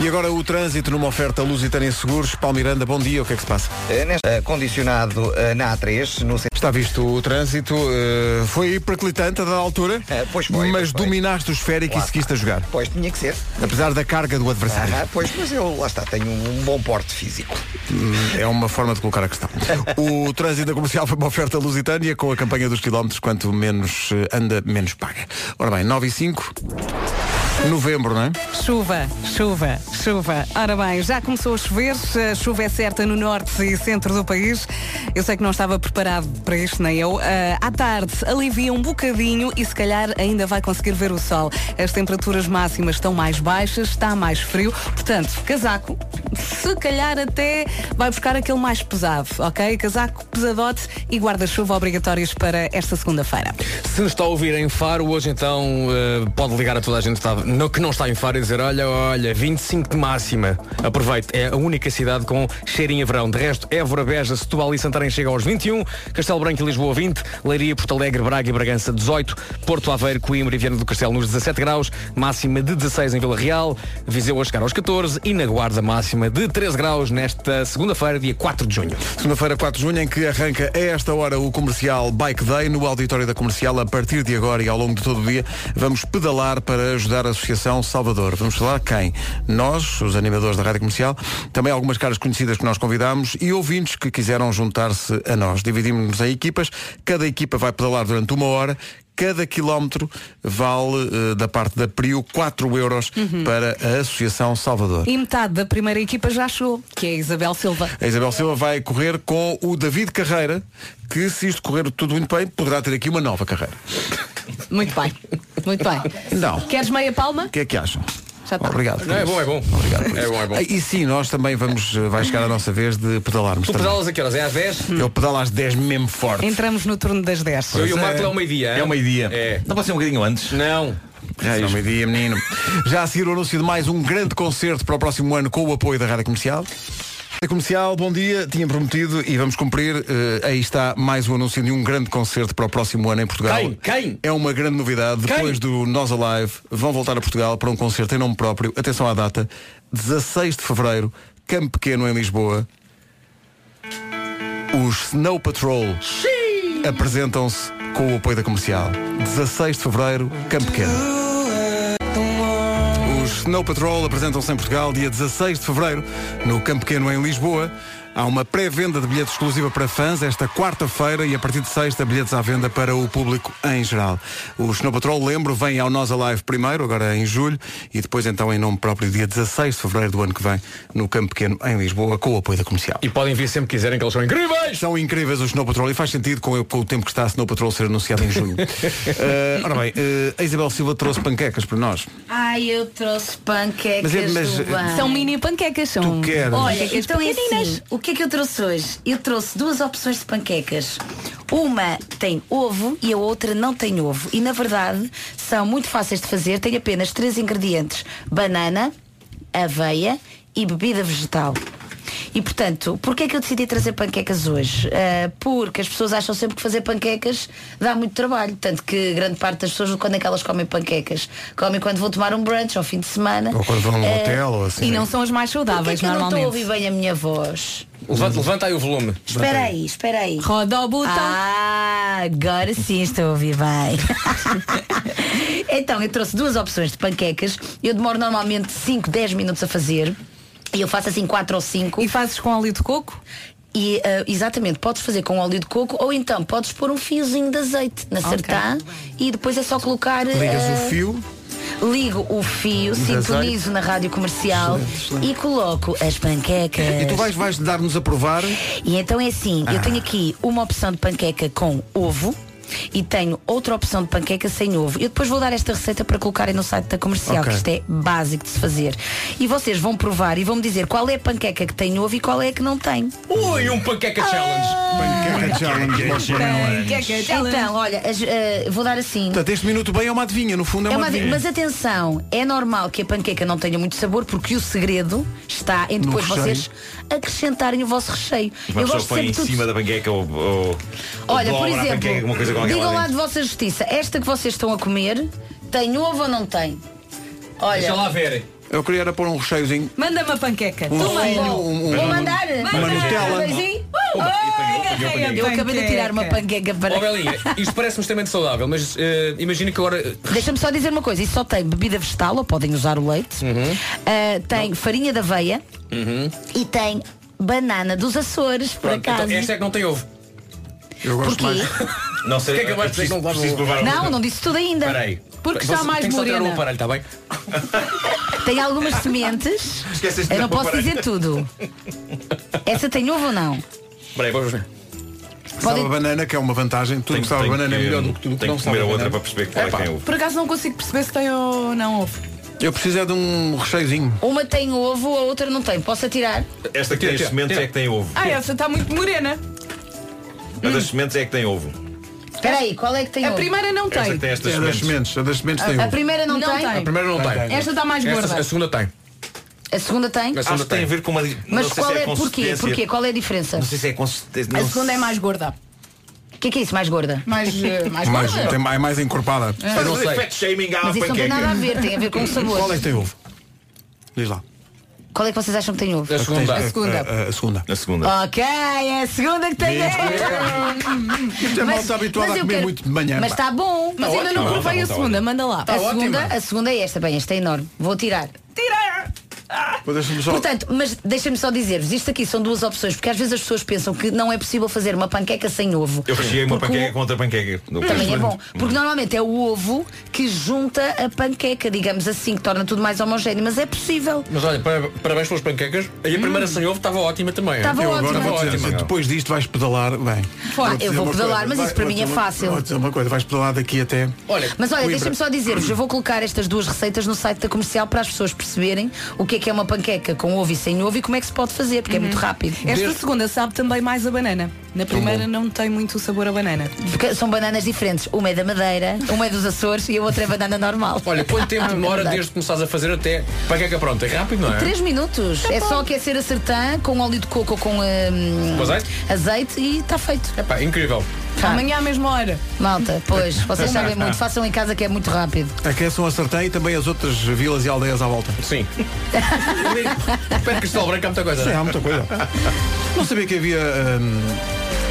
S2: E agora o trânsito numa oferta Lusitânia Seguros. Palmiranda, bom dia. O que é que se passa?
S3: Eh, neste- eh, condicionado eh, na A3, no centro.
S2: Está visto o trânsito, eh, foi perclitante a dada altura,
S3: Eh, pois foi, pois
S2: mas
S3: foi.
S2: dominaste o esférico
S3: Claro.
S2: e seguiste a jogar.
S3: Pois tinha que ser.
S2: Apesar da carga do adversário.
S3: Ah, pois, mas eu lá está, tenho um bom porte físico.
S2: Hum, É uma forma de colocar a questão. O trânsito da comercial foi uma oferta lusitânia com a campanha dos quilómetros, quanto menos eh, anda, menos paga. Ora bem, 9 e 5, novembro, não é?
S4: Chuva, chuva, chuva. Ora bem, já começou a chover, a chuva é certa no norte e centro do país. Eu sei que não estava preparado para isto, nem eu. Ah, à tarde alivia um bocadinho e se calhar ainda vai conseguir ver o sol. As temperaturas máximas estão mais baixas, está mais frio, portanto, casaco, se calhar até vai buscar aquele mais pesado, ok? Casaco pesadote e guarda-chuva obrigatórios para esta segunda-feira.
S6: Se nos está a ouvir em Faro, hoje então eh, pode ligar a toda a gente que, está- no- que não está em Faro e dizer olha, olha, 25 de máxima. Aproveite, é a única cidade com cheirinho a verão. De resto, Évora, Beja, Setúbal e Santarém chegam aos 21, Castelo Branco e Lisboa 20, Leiria, Porto Alegre, Braga e Bragança 18, Porto Aveiro, Coimbra e Viana do Castelo nos 17 graus, máxima de 16 em Vila Real, Viseu a chegar aos 14 e na Guarda máxima de 13 graus nesta segunda-feira, dia 4 de junho.
S2: Segunda-feira, 4 de junho, em que arranca a esta hora o comercial Bike Day no auditório da comercial. A partir de agora e ao longo de todo o dia, vamos pedalar para ajudar a Associação Salvador. Vamos falar quem? Nós, os animadores da Rádio Comercial, também algumas caras conhecidas que nós convidámos e ouvintes que quiseram juntar-se a nós. Dividimos-nos em equipas, cada equipa vai pedalar durante uma hora. Cada quilómetro vale, eh, da parte da PRIO, 4 euros para a Associação Salvador.
S4: E metade da primeira equipa já chegou, que é a Isabel Silva.
S2: A Isabel Silva vai correr com o David Carreira, que se isto correr tudo muito bem, poderá ter aqui uma nova carreira.
S4: Muito bem. Muito bem.
S2: Não.
S4: Queres meia palma?
S2: Então. O que é que acham?
S4: Já tá. está.
S2: Obrigado.
S6: Não, é bom, é bom.
S2: Obrigado por
S6: É
S2: isso.
S6: bom, é bom.
S2: Ah, E sim, nós também vamos, eh, vai chegar a nossa vez de pedalarmos.
S6: Tu
S2: também.
S6: pedalas a que horas? É às 10?
S2: Eu pedalo às 10 mesmo forte.
S4: Entramos no turno das 10.
S6: Eu e o Marco é ao meio-dia.
S2: É ao meio-dia.
S10: Não pode ser um bocadinho antes?
S6: Não.
S2: Não, meio-dia, menino. (laughs) Já a seguir o anúncio de mais um grande concerto para o próximo ano com o apoio da Rádio Comercial. Rádio Comercial, bom dia, tinha prometido e vamos cumprir. Eh, aí está mais um anúncio de um grande concerto para o próximo ano em Portugal.
S6: Quem? Quem?
S2: É uma grande novidade. Depois do Nós Alive, vão voltar a Portugal para um concerto em nome próprio. Atenção à data, 16 de Fevereiro, Campo Pequeno em Lisboa. Os Snow Patrol apresentam-se com o apoio da comercial. 16 de Fevereiro, Campo Pequeno. Os Snow Patrol apresentam-se em Portugal dia 16 de Fevereiro, no Campo Pequeno, em Lisboa. Há uma pré-venda de bilhetes exclusiva para fãs esta quarta-feira e a partir de sexta bilhetes à venda para o público em geral. O Snow Patrol, lembro, vem ao Nós Alive primeiro, agora em julho, e depois então em nome próprio dia 16 de Fevereiro do ano que vem, no Campo Pequeno, em Lisboa, com o apoio da comercial.
S6: E podem vir sempre que quiserem, que eles são incríveis.
S2: São incríveis os Snow Patrol e faz sentido com, com o tempo que está a Snow Patrol ser anunciado em junho. Eh, ora bem, eh, a Isabel Silva trouxe panquecas para nós.
S15: Ai, eu trouxe panquecas
S2: Mas é- mas,
S15: do bem.
S4: São mini panquecas, são.
S2: Tu queres?
S15: Olha,
S4: Panquecas
S15: então é
S4: pequeninas.
S15: assim, o que é que eu trouxe hoje? Eu trouxe duas opções de panquecas. Uma tem ovo e a outra não tem ovo. E na verdade são muito fáceis de fazer, tem apenas três ingredientes. Banana, aveia e bebida vegetal. E portanto, porquê é que eu decidi trazer panquecas hoje? Ah, porque as pessoas acham sempre que fazer panquecas dá muito trabalho, tanto que grande parte das pessoas quando é que elas comem panquecas? Comem quando vão tomar um brunch ao fim de semana.
S2: Ou quando vão a um
S15: Ah,
S2: hotel ou assim.
S4: Eh, E não são as mais saudáveis,
S15: eu não estou a
S4: normalmente.
S15: ouvir bem a minha voz.
S6: Levanta, levanta aí o volume.
S15: Espera aí, espera aí.
S4: Roda o botão.
S15: Ah, agora sim estou a ouvir
S4: (laughs)
S15: bem. então, eu trouxe duas opções de panquecas. Eu demoro normalmente 5, 10 minutos a fazer. E eu faço assim 4 ou 5. E
S4: fazes com óleo de coco?
S15: E, ah, exatamente, podes fazer com óleo de coco ou então podes pôr um fiozinho de azeite na
S4: Ok.
S15: sartã e depois é só colocar.
S2: Ligas
S15: ah,
S2: o fio.
S15: Ligo o fio,
S2: De
S15: sintonizo na rádio comercial e coloco as panquecas.
S2: E tu vais, vais dar-nos a provar.
S15: E então é assim,
S2: Ah.
S15: eu tenho aqui uma opção de panqueca com ovo e tenho outra opção de panqueca sem ovo. Eu depois vou dar esta receita para colocarem no site da comercial,
S16: Ok.
S15: que isto é básico de se fazer. E vocês vão provar e vão me dizer qual é a panqueca que tem ovo e qual é a que não tem.
S6: Ui, um panqueca
S15: Ah,
S6: challenge.
S2: Panqueca é
S10: é
S2: challenge. é?
S15: Então, olha, as- eh, vou dar assim.
S10: Então,
S2: Portanto, este minuto bem é uma adivinha, no fundo é,
S15: É uma-
S2: adivinha.
S15: mas atenção, é normal que a panqueca não tenha muito sabor porque o segredo está em
S10: No
S15: depois
S10: recheio.
S15: vocês acrescentarem o vosso recheio.
S10: Uma
S15: Eu
S10: pessoa
S15: gosto
S10: põe
S15: sempre
S10: em
S15: tudo
S10: cima da panqueca ou, ou,
S15: Olha,
S10: ou
S15: por
S10: dobra a panqueca,
S6: é
S10: alguma coisa
S15: exemplo,
S10: qualquer
S15: digam
S10: lá
S15: lá de
S10: dentro.
S15: vossa justiça, esta que vocês estão a comer tem ovo ou não tem? Olha.
S6: Deixa lá ver.
S2: Eu queria era pôr um recheiozinho.
S4: Manda-me a panqueca.
S2: Um
S15: Tu
S2: recheio,
S15: manda.
S2: um- um-
S15: Vou mandar. um
S2: uma Nutella.
S15: Beijinho.
S6: Opa,
S15: eu
S6: agarrei a
S15: acabei de
S6: panqueca.
S15: tirar uma panqueca para.
S6: Ó Belinha, isto parece-me extremamente saudável, mas eh, imagina que agora. eh,
S15: (laughs) Deixa-me só dizer uma coisa, isso só tem bebida vegetal, ou podem usar o
S6: Hum.
S15: leite, Ah, tem farinha de aveia
S6: Uhum.
S15: e tem banana dos Açores, por
S6: Pronto,
S15: acaso.
S6: então, esta é que não tem ovo.
S2: Eu
S15: gosto Porquê?
S6: (laughs)
S10: Não sei.
S6: O que é que eu vais dizer que não leva
S10: preciso provar
S6: ovo?
S15: Não, não disse tudo ainda.
S10: Peraí.
S15: Porque está
S6: Você-
S15: mais
S6: Então tem que um só tirar
S15: morena.
S6: o aparelho, está bem?
S15: Tem algumas sementes.
S6: Esqueceste de
S15: Eu não
S6: dar
S15: posso
S6: para-
S15: dizer tudo. Essa tem ovo ou não?
S10: Peraí, vamos ver.
S2: Sabe a banana, que é uma vantagem. Tudo que sabe a banana é melhor do que tudo que
S10: Tenho
S2: não
S10: que
S2: sabe
S10: comer a
S2: a
S10: outra
S2: banana.
S10: para perceber qual é que tem ovo.
S4: Por acaso não consigo perceber se tem ou não ovo.
S2: Eu preciso é de um recheiozinho.
S15: Uma tem ovo, a outra não tem. Posso atirar?
S10: Esta que tem as
S2: Tira,
S10: sementes
S2: tira.
S10: é que tem ovo.
S4: Ah, essa está muito morena.
S15: Hum.
S10: A das sementes é que tem ovo.
S15: Espera aí, qual é que tem
S4: A
S15: ovo?
S4: primeira não
S10: Esta que tem estas
S2: É das
S10: sementes.
S2: sementes. A das sementes tem
S15: A- a
S2: ovo.
S15: primeira não tem?
S6: A primeira não tem.
S15: Esta
S4: tá
S15: está mais
S6: Esta-
S15: gorda.
S6: A segunda tem.
S2: é
S15: A segunda tem?
S10: Acho que tem a ver com uma. di- não
S15: Mas
S10: sei
S15: qual
S10: se
S15: é,
S10: a
S15: porquê?
S10: consistência.
S15: Porquê? Qual é a diferença?
S10: Não sei se é consistência. não sei.
S15: mais gorda. O que é que é isso? Mais gorda? Mais,
S4: eh,
S2: mais, tem mais, mais encorpada.
S15: É.
S2: Eu não
S15: Fazer
S2: sei.
S15: fat shaming à Mas isso não tem panqueca. nada a ver, tem a ver com o sabor.
S2: Qual é que tem ovo? Diz lá.
S15: Qual é que vocês acham que tem ovo?
S2: A segunda. A, a- a segunda.
S10: A segunda.
S15: Ok, é a segunda que tem
S2: Viste?
S15: ovo.
S2: Já mal está habituado a
S15: eu
S2: comer muito de manhã,
S15: Mas
S2: pá.
S15: está bom.
S4: Mas ainda não provei a segunda, manda lá.
S15: a segunda, a segunda é esta, bem, esta é enorme. Vou tirar.
S4: Tira!
S2: Mas deixa-me só.
S15: Portanto, mas deixem-me só dizer-vos, isto aqui são duas opções, porque às vezes as pessoas pensam que não é possível fazer uma panqueca sem ovo.
S10: Eu recheei uma
S15: Porque
S10: panqueca com outra panqueca.
S15: o- Também é bom, porque normalmente é o ovo que junta a panqueca, digamos assim, que torna tudo mais homogéneo, mas é possível.
S6: Mas olha, para- parabéns pelas panquecas.
S15: Hum.
S6: E a primeira sem ovo estava ótima também.
S15: Estava
S6: Eu
S15: ótima.
S6: agora vou
S2: É. Vou
S6: dizer,
S2: dizer, depois disto vais pedalar, bem.
S15: Ah,
S2: te
S15: eu
S2: dizer
S15: vou
S2: uma
S15: pedalar, mas isso
S2: vai-
S15: para mim
S2: vou-te
S15: é
S2: dizer
S15: fácil.
S2: Uma, vou dizer uma coisa, vais pedalar daqui até.
S15: Mas olha,
S2: Coimbra.
S15: deixa-me só dizer-vos, eu vou colocar estas duas receitas no site da comercial para as pessoas perceberem o que é que é uma panqueca com ovo e sem ovo e como é que se pode fazer, porque é muito rápido.
S4: Uhum. Esta segunda sabe também mais a banana. Na primeira não tem muito sabor a banana.
S15: Porque são bananas diferentes. Uma é da Madeira, uma é dos Açores e a outra é banana normal.
S6: Olha, quanto tempo
S15: (laughs) Ah,
S6: demora
S15: verdade.
S6: desde que começares a fazer até panqueca pronta? É rápido, não é?
S15: 3 minutos. É, só aquecer a sertã com óleo de coco ou com hum,
S6: Com azeite?
S15: azeite e está feito.
S6: é. Pá, incrível.
S15: Amanhã à mesma hora. Malta,
S6: (laughs)
S15: pois, vocês sabem muito. Façam em casa que é muito rápido.
S2: Aqueçam a Sartém e também as outras vilas e aldeias à volta.
S15: (laughs)
S6: Sim. Perto de Cristal Branco há muita coisa.
S2: Sim,
S6: não é?
S2: há muita coisa. Não sabia que havia hum,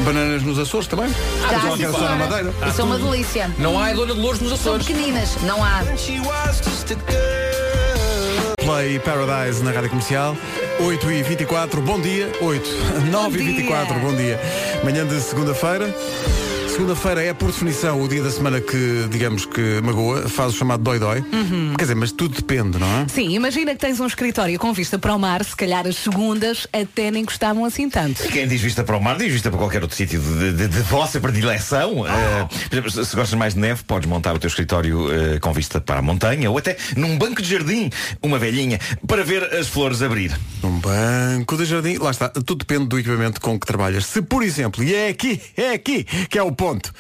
S2: bananas nos Açores também.
S6: Ah, é
S15: Tá,
S2: Pensava que
S15: sim,
S2: era só na
S15: senhora.
S2: Madeira.
S15: Isso é uma delícia.
S6: Não há Dona de Louros nos
S15: São
S6: Açores.
S15: pequeninas, não há.
S2: Play Paradise na Rádio Comercial. 8 e 24, bom dia. 8, 9 e 24, bom dia. Manhã de segunda-feira. Segunda-feira é, por definição, o dia da semana que, digamos que magoa, faz o chamado dói-dói.
S4: Uhum.
S2: Quer dizer, mas tudo depende, não é?
S4: Sim, imagina que tens um escritório com vista para o mar, se calhar as segundas até nem gostavam assim tanto.
S10: E quem diz vista para o mar, diz vista para qualquer outro sítio de, de, de vossa
S15: Oh.
S10: predileção. Eh, por exemplo, se- se gostas mais de neve, podes montar o teu escritório eh, com vista para a montanha ou até num banco de jardim, uma velhinha, para ver as flores abrir.
S2: Um banco de jardim, lá está, tudo depende do equipamento com que trabalhas. Se, por exemplo, e é aqui, é aqui que é o ponto,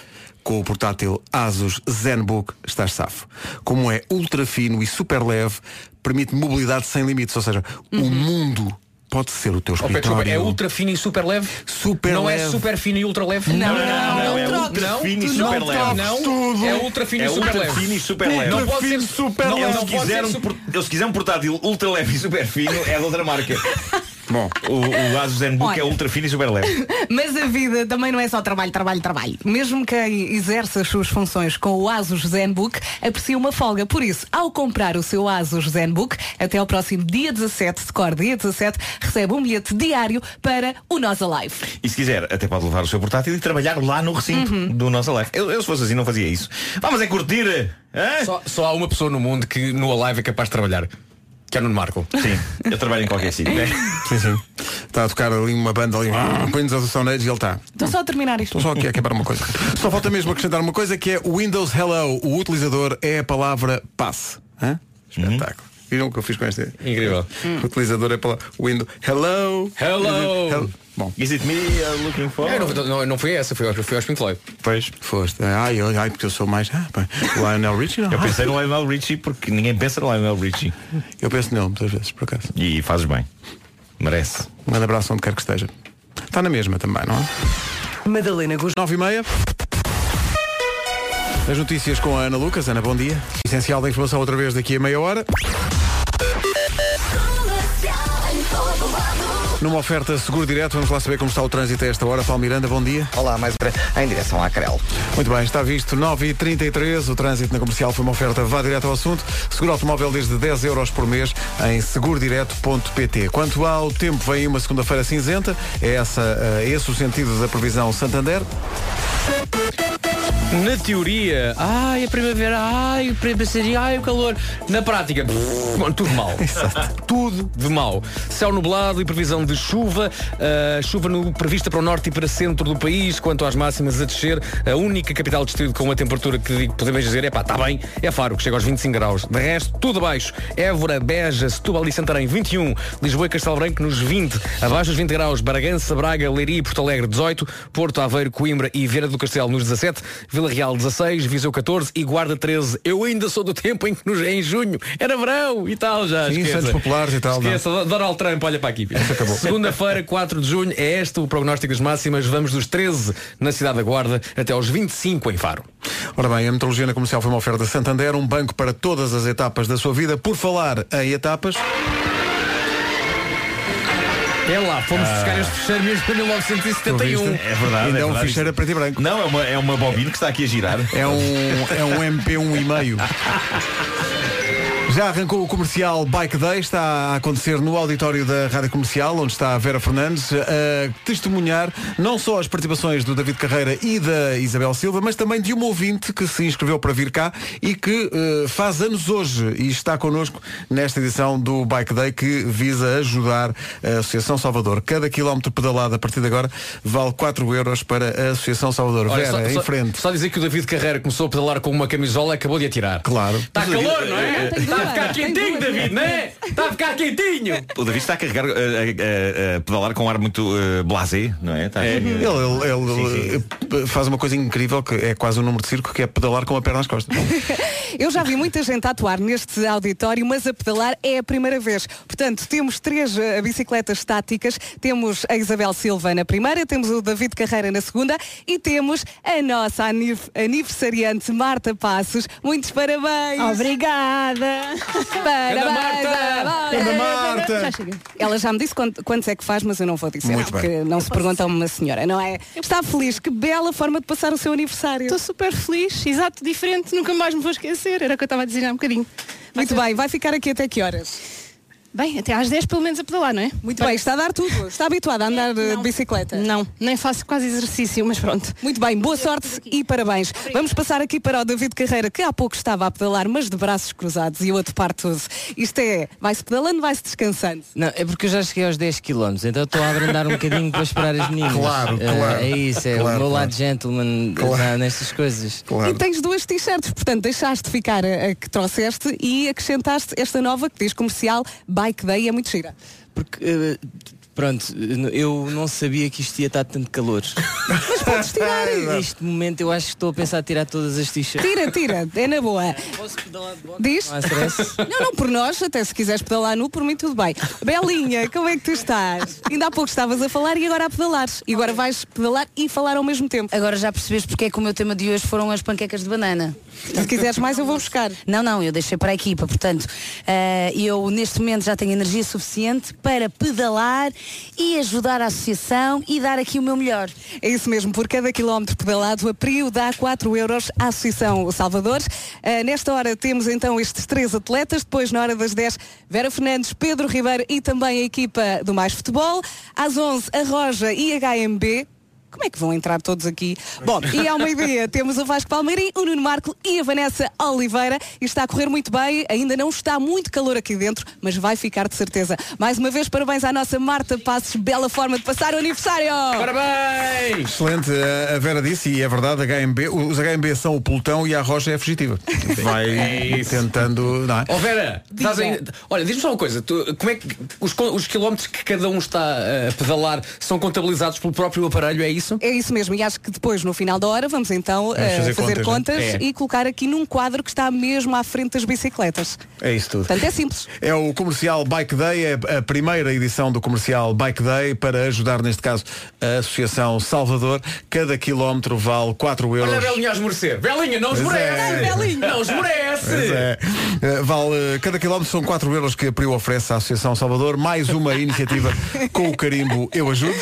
S2: com o portátil Asus ZenBook estás safo. Como é ultra fino e super leve, permite mobilidade sem limites, ou seja, o mundo pode ser o teu
S6: Oh, Pedro, desculpa,
S2: escritório.
S6: é ultra fino e super leve?
S2: Então, Super
S6: não
S2: leve.
S6: é super fino e ultra leve?
S2: Não, não, não, não, é
S6: troques.
S2: ultra
S6: Não,
S2: fino e
S6: tu
S2: super
S6: não
S2: leve.
S6: troques. Não,
S2: Tudo.
S6: é ultra fino
S10: É
S6: e super
S10: ultra
S6: leve.
S10: fino e super leve.
S6: Não
S10: Ultra
S6: pode ser super
S10: Não,
S6: leve.
S10: eles,
S6: Não pode ser
S10: quiseram,
S6: super...
S10: eles quiseram um portátil ultra leve e super fino, é de outra
S6: (laughs)
S10: marca. Bom, o, o Asus Zenbook
S4: Olha.
S10: é ultra fino e super leve.
S4: (laughs) Mas a vida também não é só trabalho, trabalho, trabalho. Mesmo quem exerce as suas funções com o Asus ZenBook aprecia uma folga. Por isso, ao comprar o seu Asus ZenBook, até ao próximo dia 17, decor dia 17, recebe um bilhete diário para o Nós Alive.
S10: E se quiser, até pode levar o seu portátil e trabalhar lá no recinto
S6: Uhum.
S10: do nosso live. Eu, eu se fosse assim não fazia isso. Vamos é curtir!
S6: Só, só há uma pessoa no mundo que no Alive é capaz de trabalhar. Que é o Nuno Marco.
S10: Sim, eu trabalho em qualquer sítio.
S2: (laughs) Sim, sim. Está a tocar ali uma banda
S6: (laughs)
S2: ali, põe-nos a sessão neles e ele está.
S4: Estou só a terminar isto.
S2: Estou Então só aqui a acabar uma coisa. (laughs) Só falta mesmo acrescentar uma coisa que é o Windows Hello. O utilizador é a palavra passe. Hã? Espetáculo. Viram o que eu fiz com este?
S6: Incrível.
S2: O utilizador é a palavra Windows. Hello.
S6: Hello.
S2: Bom.
S10: Is it me looking for?
S2: É,
S6: não, foi- não, não foi essa, foi, aos- foi aos Pink Floyd.
S10: um Pois.
S2: Foste. Ai, ai, ai, porque eu sou mais. Ah, bem. Lionel Richie não.
S10: Eu pensei no Lionel Richie porque ninguém pensa no Lionel Richie.
S2: Eu penso nele muitas vezes, por acaso.
S10: E fazes bem. Merece.
S2: Um grande abraço onde quer que esteja. Está na mesma também, não é?
S5: Madalena Gus.
S2: 9 e meia. As notícias com a Ana Lucas. Ana, bom dia. Essencial da informação outra vez daqui a meia hora. Numa oferta seguro direto, vamos lá saber como está o trânsito a esta hora. Paulo Miranda, bom dia.
S3: Olá, mais em direção à Crel.
S2: Muito bem, está visto 9h33. O trânsito na comercial foi uma oferta. Vá direto ao assunto. Seguro automóvel desde 10 euros por mês em segurodireto.pt. Quanto ao tempo, vem uma segunda-feira cinzenta. É essa, eh, esse o sentido da previsão Santander.
S6: Na teoria, ai a primavera, ai o passarinho, ai o calor. Na prática, (laughs) pff, tudo mal. tudo de mal. Céu nublado e previsão de chuva. Ah, chuva no- prevista para o norte e para centro do país. Quanto às máximas a descer, a única capital distrito com uma temperatura que digo, podemos dizer é pá, está bem, é Faro, que chega aos 25 graus. De resto, tudo abaixo. Évora, Beja, Setúbal e Santarém, 21. Lisboa e Castelo Branco nos 20. Abaixo dos 20 graus, Bragança, Braga, Leiria e Porto Alegre, 18. Porto, Aveiro, Coimbra e Vieira do Castelo nos 17. Vila Real, 16. Viseu, 14. E Guarda, 13. Eu ainda sou do tempo em que nos, em junho era verão e tal já.
S2: Sim,
S6: Ah, esqueça.
S2: Santos Populares e tal, não. é?
S6: Esqueça, Donald Trump, olha para aqui.
S2: (laughs)
S6: Segunda-feira, 4 de junho, é este o prognóstico das máximas. Vamos dos 13 na cidade da Guarda até aos 25 em Faro.
S2: Ora bem, a metrologia na comercial foi uma oferta Santander, um banco para todas as etapas da sua vida. Por falar em etapas.
S6: É lá, fomos
S2: Ah.
S6: buscar este fecheiro mesmo em 1971.
S10: É verdade.
S2: Ainda
S10: é
S2: é um
S10: verdade.
S2: ficheiro a preto e branco. um,
S10: Não, é uma, é uma bobina que está aqui a girar.
S2: É um, é um MP1 e meio. Já arrancou o comercial Bike Day, está a acontecer no auditório da Rádio Comercial, onde está a Vera Fernandes a testemunhar não só as participações do David Carreira e da Isabel Silva, mas também de uma ouvinte que se inscreveu para vir cá e que eh, faz anos hoje e está connosco nesta edição do Bike Day que visa ajudar a Associação Salvador. Cada quilómetro pedalado a partir de agora vale 4 euros para a Associação Salvador.
S6: Olha,
S2: Vera, em
S6: só,
S2: frente.
S6: Só dizer que o David Carreira começou a pedalar com uma camisola e acabou de atirar.
S2: Claro.
S6: Está calor, não é?
S10: Tem
S6: Está a ficar quentinho, David, não é? Está a ficar quentinho.
S10: (laughs) O David está a carregar, eh, a, a- a- a pedalar com um ar muito eh, blasé, não é? Está-
S2: Ele, ele- ele, eh, faz uma coisa incrível que é quase um número de circo que é pedalar com a perna às costas.
S4: (laughs) Eu já vi muita gente a atuar neste auditório, mas a pedalar é a primeira vez. Portanto, temos três eh, bicicletas estáticas, temos a Isabel Silva na primeira, temos o David Carreira na segunda e temos a nossa anif- aniversariante Marta Passos. Muitos parabéns! Obrigada! (laughs) Parabéns! parabéns.
S5: Ganda Marta!
S4: Já chega. Ela já me disse quant- quantos é que faz, mas eu não vou dizer,
S5: Muito bem.
S4: porque não se pergunta a uma senhora, não é? Está feliz, que bela forma de passar o seu aniversário.
S16: Estou super feliz, exato, diferente, nunca mais me vou esquecer. Era o que eu estava a dizer há um bocadinho.
S4: Muito bem, vai ficar aqui até que horas?
S16: Bem, até às 10 pelo menos a pedalar, não é?
S4: Muito bem, está a dar tudo. Está habituada a andar de bicicleta? Não, nem faço quase exercício, mas pronto. Muito bem, boa sorte e parabéns. Vamos passar aqui para o David Carreira, que há pouco estava a pedalar, mas de braços cruzados e eu a topar tudo. Isto é, vai-se pedalando, vai-se descansando.
S17: Não, é porque eu já cheguei aos 10 km, então estou a abrandar um bocadinho para esperar as meninas.
S4: Claro, claro.
S17: Eh, é isso, é
S4: Claro,
S17: o meu
S4: claro.
S17: lado gentleman
S4: Claro.
S17: na- nestas coisas.
S4: E tens duas t-shirts, portanto deixaste ficar a, a que trouxeste e acrescentaste esta nova que diz comercial Bike Day, é muito gira.
S17: Porque, eh, pronto, eu não sabia que isto ia estar tanto calor.
S4: Mas podes (laughs) tirar.
S17: Neste momento eu acho que estou a pensar em tirar todas as t-shirts.
S4: Tira, tira, é na boa. Diz?
S17: Não há stress?
S4: Não, é não, por nós, até se quiseres pedalar nu, por mim tudo bem. Belinha, como é que tu estás? Ainda há pouco estavas a falar e agora a pedalares. E agora vais pedalar e falar ao mesmo tempo.
S15: Agora já percebes porque é que o meu tema de hoje foram as panquecas de banana.
S4: Se quiseres mais eu vou buscar.
S15: Não, não, eu deixei para a equipa, portanto, eh, eu neste momento já tenho energia suficiente para pedalar e ajudar a associação e dar aqui o meu melhor.
S4: É isso mesmo, por cada quilómetro pedalado, a PRIO dá 4 euros à Associação Salvador. Ah, nesta hora temos então estes três atletas, depois na hora das 10, Vera Fernandes, Pedro Ribeiro e também a equipa do Mais Futebol. Às 11, a Roja e a HMB. Como é que vão entrar todos aqui? Bom, e ao meio-dia temos o Vasco Palmeirim, o Nuno Marco e a Vanessa Oliveira. E está a correr muito bem, ainda não está muito calor aqui dentro, mas vai ficar de certeza. Mais uma vez, parabéns à nossa Marta Passos, bela forma de passar o aniversário!
S6: Parabéns!
S2: Excelente, a- a Vera disse, e é verdade, HMB, os HMB são o pelotão e a Rocha é a fugitiva. Vai tentando. Não é?
S6: Ó Oh, Vera, estás
S2: Diga.
S6: aí- olha, diz-me só uma coisa, tu- como é que os, co- os quilómetros que cada um está eh, a pedalar são contabilizados pelo próprio aparelho, é isso?
S4: É isso mesmo, e acho que depois, no final da hora, vamos então eh,
S6: fazer
S4: fazer,
S6: contas,
S4: contas,
S6: né? É.
S4: e colocar aqui num quadro que está mesmo à frente das bicicletas.
S2: É isso tudo.
S4: Portanto, é simples.
S2: É o comercial Bike Day, é a primeira edição do comercial Bike Day para ajudar, neste caso, a Associação Salvador. Cada quilómetro vale 4 euros.
S6: Olha a Belinha a esmorecer. Belinha, não
S2: Pois
S6: esmorece!
S2: é.
S6: Não esmorece!
S2: Pois é. Eh, Vale, eh, cada quilómetro são 4 euros que a PRIO oferece à Associação Salvador, mais
S6: (laughs)
S2: uma iniciativa com o carimbo Eu Ajudo.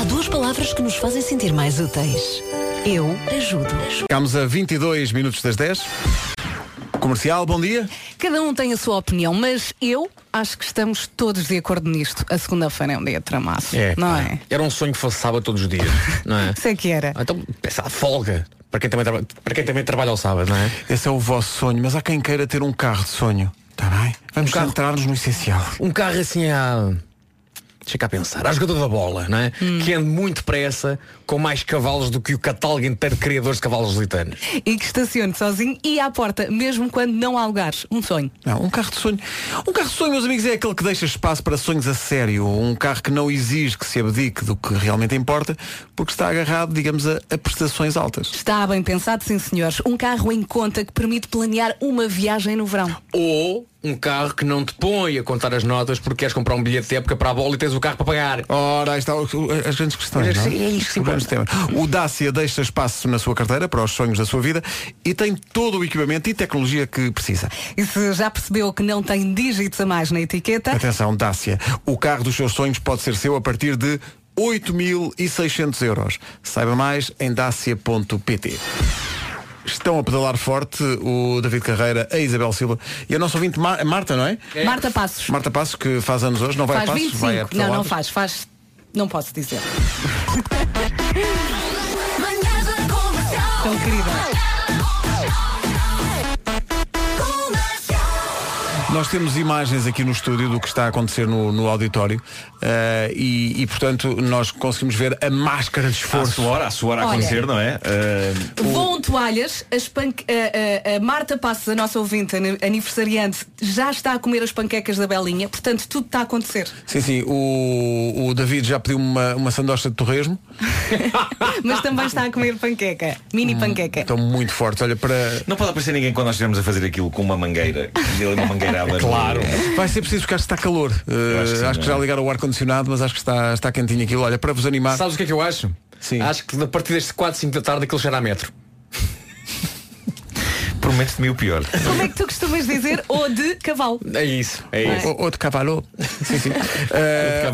S5: Há duas palavras que nos fazem sentir mais úteis. Eu ajudo.
S2: Ficámos a 22 minutos das 10. Comercial, bom dia.
S4: Cada um tem a sua opinião, mas eu acho que estamos todos de acordo nisto. A segunda-feira é um dia de tramaço, não
S6: pá,
S4: é?
S6: Era um sonho que fosse sábado todos
S2: (laughs)
S6: os dias, não é?
S4: Sei que era.
S6: Então, pensar, folga. Para quem, também traba- para quem também trabalha ao sábado, não é?
S2: Esse é o vosso sonho, mas há quem queira ter um carro de sonho. Está bem? Vamos centrar-nos no essencial.
S6: Um carro assim a. Deixa cá pensar. A jogador da bola, não é?
S4: Hum.
S6: Que ande muito depressa, com mais cavalos do que o catálogo inteiro de criadores de cavalos litanos.
S4: E que estacione sozinho e à porta, mesmo quando não há lugares. Um sonho.
S2: Não, um carro de sonho. Um carro de sonho, meus amigos, é aquele que deixa espaço para sonhos a sério. Um carro que não exige que se abdique do que realmente importa, porque está agarrado, digamos, a, a prestações altas.
S4: Está bem pensado, sim senhores. Um carro em conta que permite planear uma viagem no verão.
S6: Ou um carro que não te põe a contar as notas porque queres comprar um bilhete de época para a bola e tens o carro para pagar.
S2: Ora, aí está o- as grandes questões. não é?
S4: assim,
S2: Os grandes temas. O Dacia deixa espaço na sua carteira para os sonhos da sua vida e tem todo o equipamento e tecnologia que precisa.
S4: E se já percebeu que não tem dígitos a mais na etiqueta,
S2: Atenção, Dácia, o carro dos seus sonhos pode ser seu a partir de 8.600 euros. Saiba mais em dacia.pt. Estão a pedalar forte o David Carreira, a Isabel Silva e a nossa ouvinte Mar- Marta, não é?
S4: Marta Passos.
S2: Marta Passos, que faz anos hoje, não vai
S4: faz
S2: a passos,
S4: 25.
S2: vai a
S4: não, não
S2: pedaladas.
S4: faz, faz. Não posso dizer. Tão querida.
S2: Nós temos imagens aqui no estúdio do que está a acontecer no, no auditório eh, e, e, portanto, nós conseguimos ver a máscara de esforço.
S10: A suor, a suor a
S4: Olha.
S10: acontecer, não é? Eh,
S4: Vão um toalhas, as panque- a, a- a Marta Passos, a nossa ouvinte an- aniversariante, já está a comer as panquecas da Belinha, portanto tudo está a acontecer.
S2: Sim, sim, o, o David já pediu uma, uma sandocha de torresmo.
S4: (laughs) Mas também está a comer panqueca, mini panqueca.
S2: Estão muito fortes, olha para.
S10: Não pode aparecer ninguém quando nós estivermos a fazer aquilo com uma mangueira. E ali uma
S2: (laughs)
S10: mangueirada.
S2: Claro. Vai ser preciso, porque acho que está calor. Eh,
S10: acho
S2: acho
S10: que
S2: que,
S10: sim, não
S2: já
S10: é?
S2: ligaram o ar-condicionado, mas acho que está, está quentinho aquilo. Olha, para vos animar.
S6: Sabes o que é que eu acho? Sim. Acho que a partir deste 4, 5 da tarde aquilo cheira a metro.
S10: Prometes-me o pior.
S4: Como é que tu costumas dizer ou de cavalo?
S6: É isso. É
S2: isso. Ou, ou de
S6: (laughs)
S2: cavalo. Sim, sim. Eh,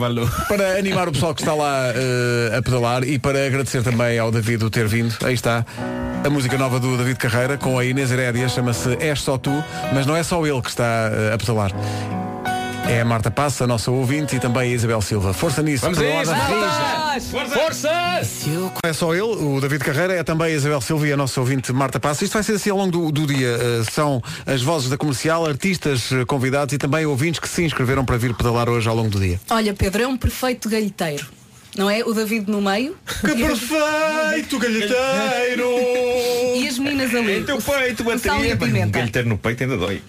S2: Para animar o pessoal que está lá eh, a pedalar e para agradecer também ao David o ter vindo. Aí está. A música nova do David Carreira com a Inês Herédia chama-se És Só Tu, mas não é só ele que está eh, a pedalar. É a Marta Passa, a nossa ouvinte, e também a Isabel Silva. Força nisso.
S6: Vamos a
S2: pedalada rija.
S6: isso, Força! Força!
S2: Não é só ele, o David Carreira, é também a Isabel Silva e a nossa ouvinte Marta Passos. Isto vai ser assim ao longo do, do dia. Eh, são as vozes da comercial, artistas eh, convidados e também ouvintes que se inscreveram para vir pedalar hoje ao longo do dia.
S4: Olha, Pedro, é um perfeito galheteiro. Não é? O David no meio. Que
S10: perfeito galheteiro!
S4: E as meninas ali.
S10: Em teu peito,
S4: o sal e a
S10: Um
S4: pimenta.
S10: galheteiro no peito ainda dói.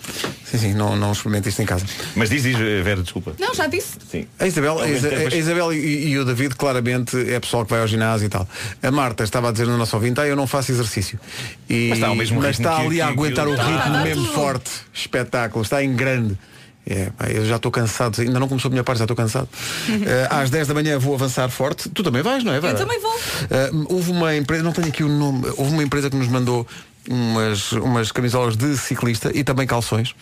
S2: Sim, sim, não, não experimente isto em casa.
S10: Mas diz, diz, eh, Vera, desculpa.
S4: Não, já disse.
S10: Sim.
S2: A Isabel, a
S10: Ao mesmo
S2: Isa-
S10: tempo,
S2: a Isabel e, e o David claramente é pessoal que vai ao ginásio e tal. A Marta estava a dizer no nosso ouvinte, ah, eu não faço exercício. E-
S10: Mas está ao mesmo ritmo
S2: está
S10: que-
S2: ali a
S10: que- que-
S2: aguentar o
S10: Está,
S2: ritmo
S10: está
S2: mesmo
S10: tudo.
S2: forte. Espetáculo, está em grande. É, pá, eu já estou cansado, ainda não começou a minha parte, já
S4: (laughs)
S2: estou cansado. Eh, às 10 da manhã vou avançar forte. Tu também vais, não é?
S4: Eu
S2: Vera?
S4: também vou.
S2: Eh, houve uma empresa, não tenho aqui o nome, houve uma empresa que nos mandou umas, umas camisolas de ciclista e também calções.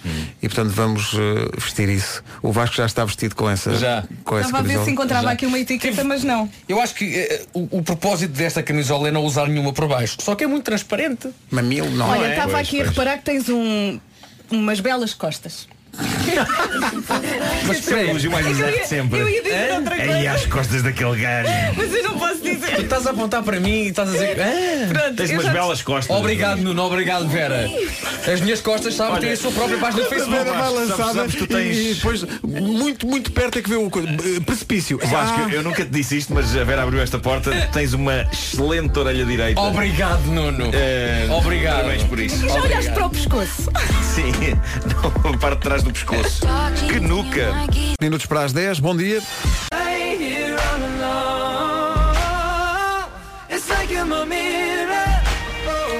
S2: E portanto vamos eh, vestir isso. O Vasco já está vestido com essa.
S6: Já.
S2: Com essa
S4: Estava a ver
S2: camisola.
S4: se encontrava aqui uma etiqueta, mas não.
S6: Eu acho que eh, o, o propósito desta camisola é não usar nenhuma por baixo. Só que é muito transparente.
S2: Mamilo, não
S4: Olha,
S6: é?
S4: estava
S6: Pois,
S4: aqui a
S6: pois.
S4: reparar que tens um, umas belas costas.
S10: Mas foi o elogio mais
S4: É que eu
S10: bizarro
S4: ia-
S10: de sempre.
S4: eu ia dizer outra coisa.
S10: Aí às costas daquele gajo.
S4: (laughs) Mas eu não posso dizer.
S6: Tu estás a apontar para mim e estás a dizer. Ah,
S10: Pronto, Tens eu umas já- belas costas.
S6: Obrigado, Nuno, obrigado, Vera. As minhas costas, sabes, têm a sua própria página no
S2: Quando a
S6: Facebook.
S2: Vera vai lançada e, e depois muito, muito perto é que vê o coisa. Eh, precipício.
S10: Vasco,
S2: Ah.
S10: eu nunca te disse isto, mas a Vera abriu esta porta. Tens uma excelente orelha direita.
S6: Obrigado, Nuno.
S10: Eh,
S6: Obrigado.
S10: Parabéns por isso.
S4: Já olhaste para o pescoço.
S10: Sim, (laughs) não, a parte de trás do pescoço. Que nuca.
S2: Minutos para as 10, bom dia.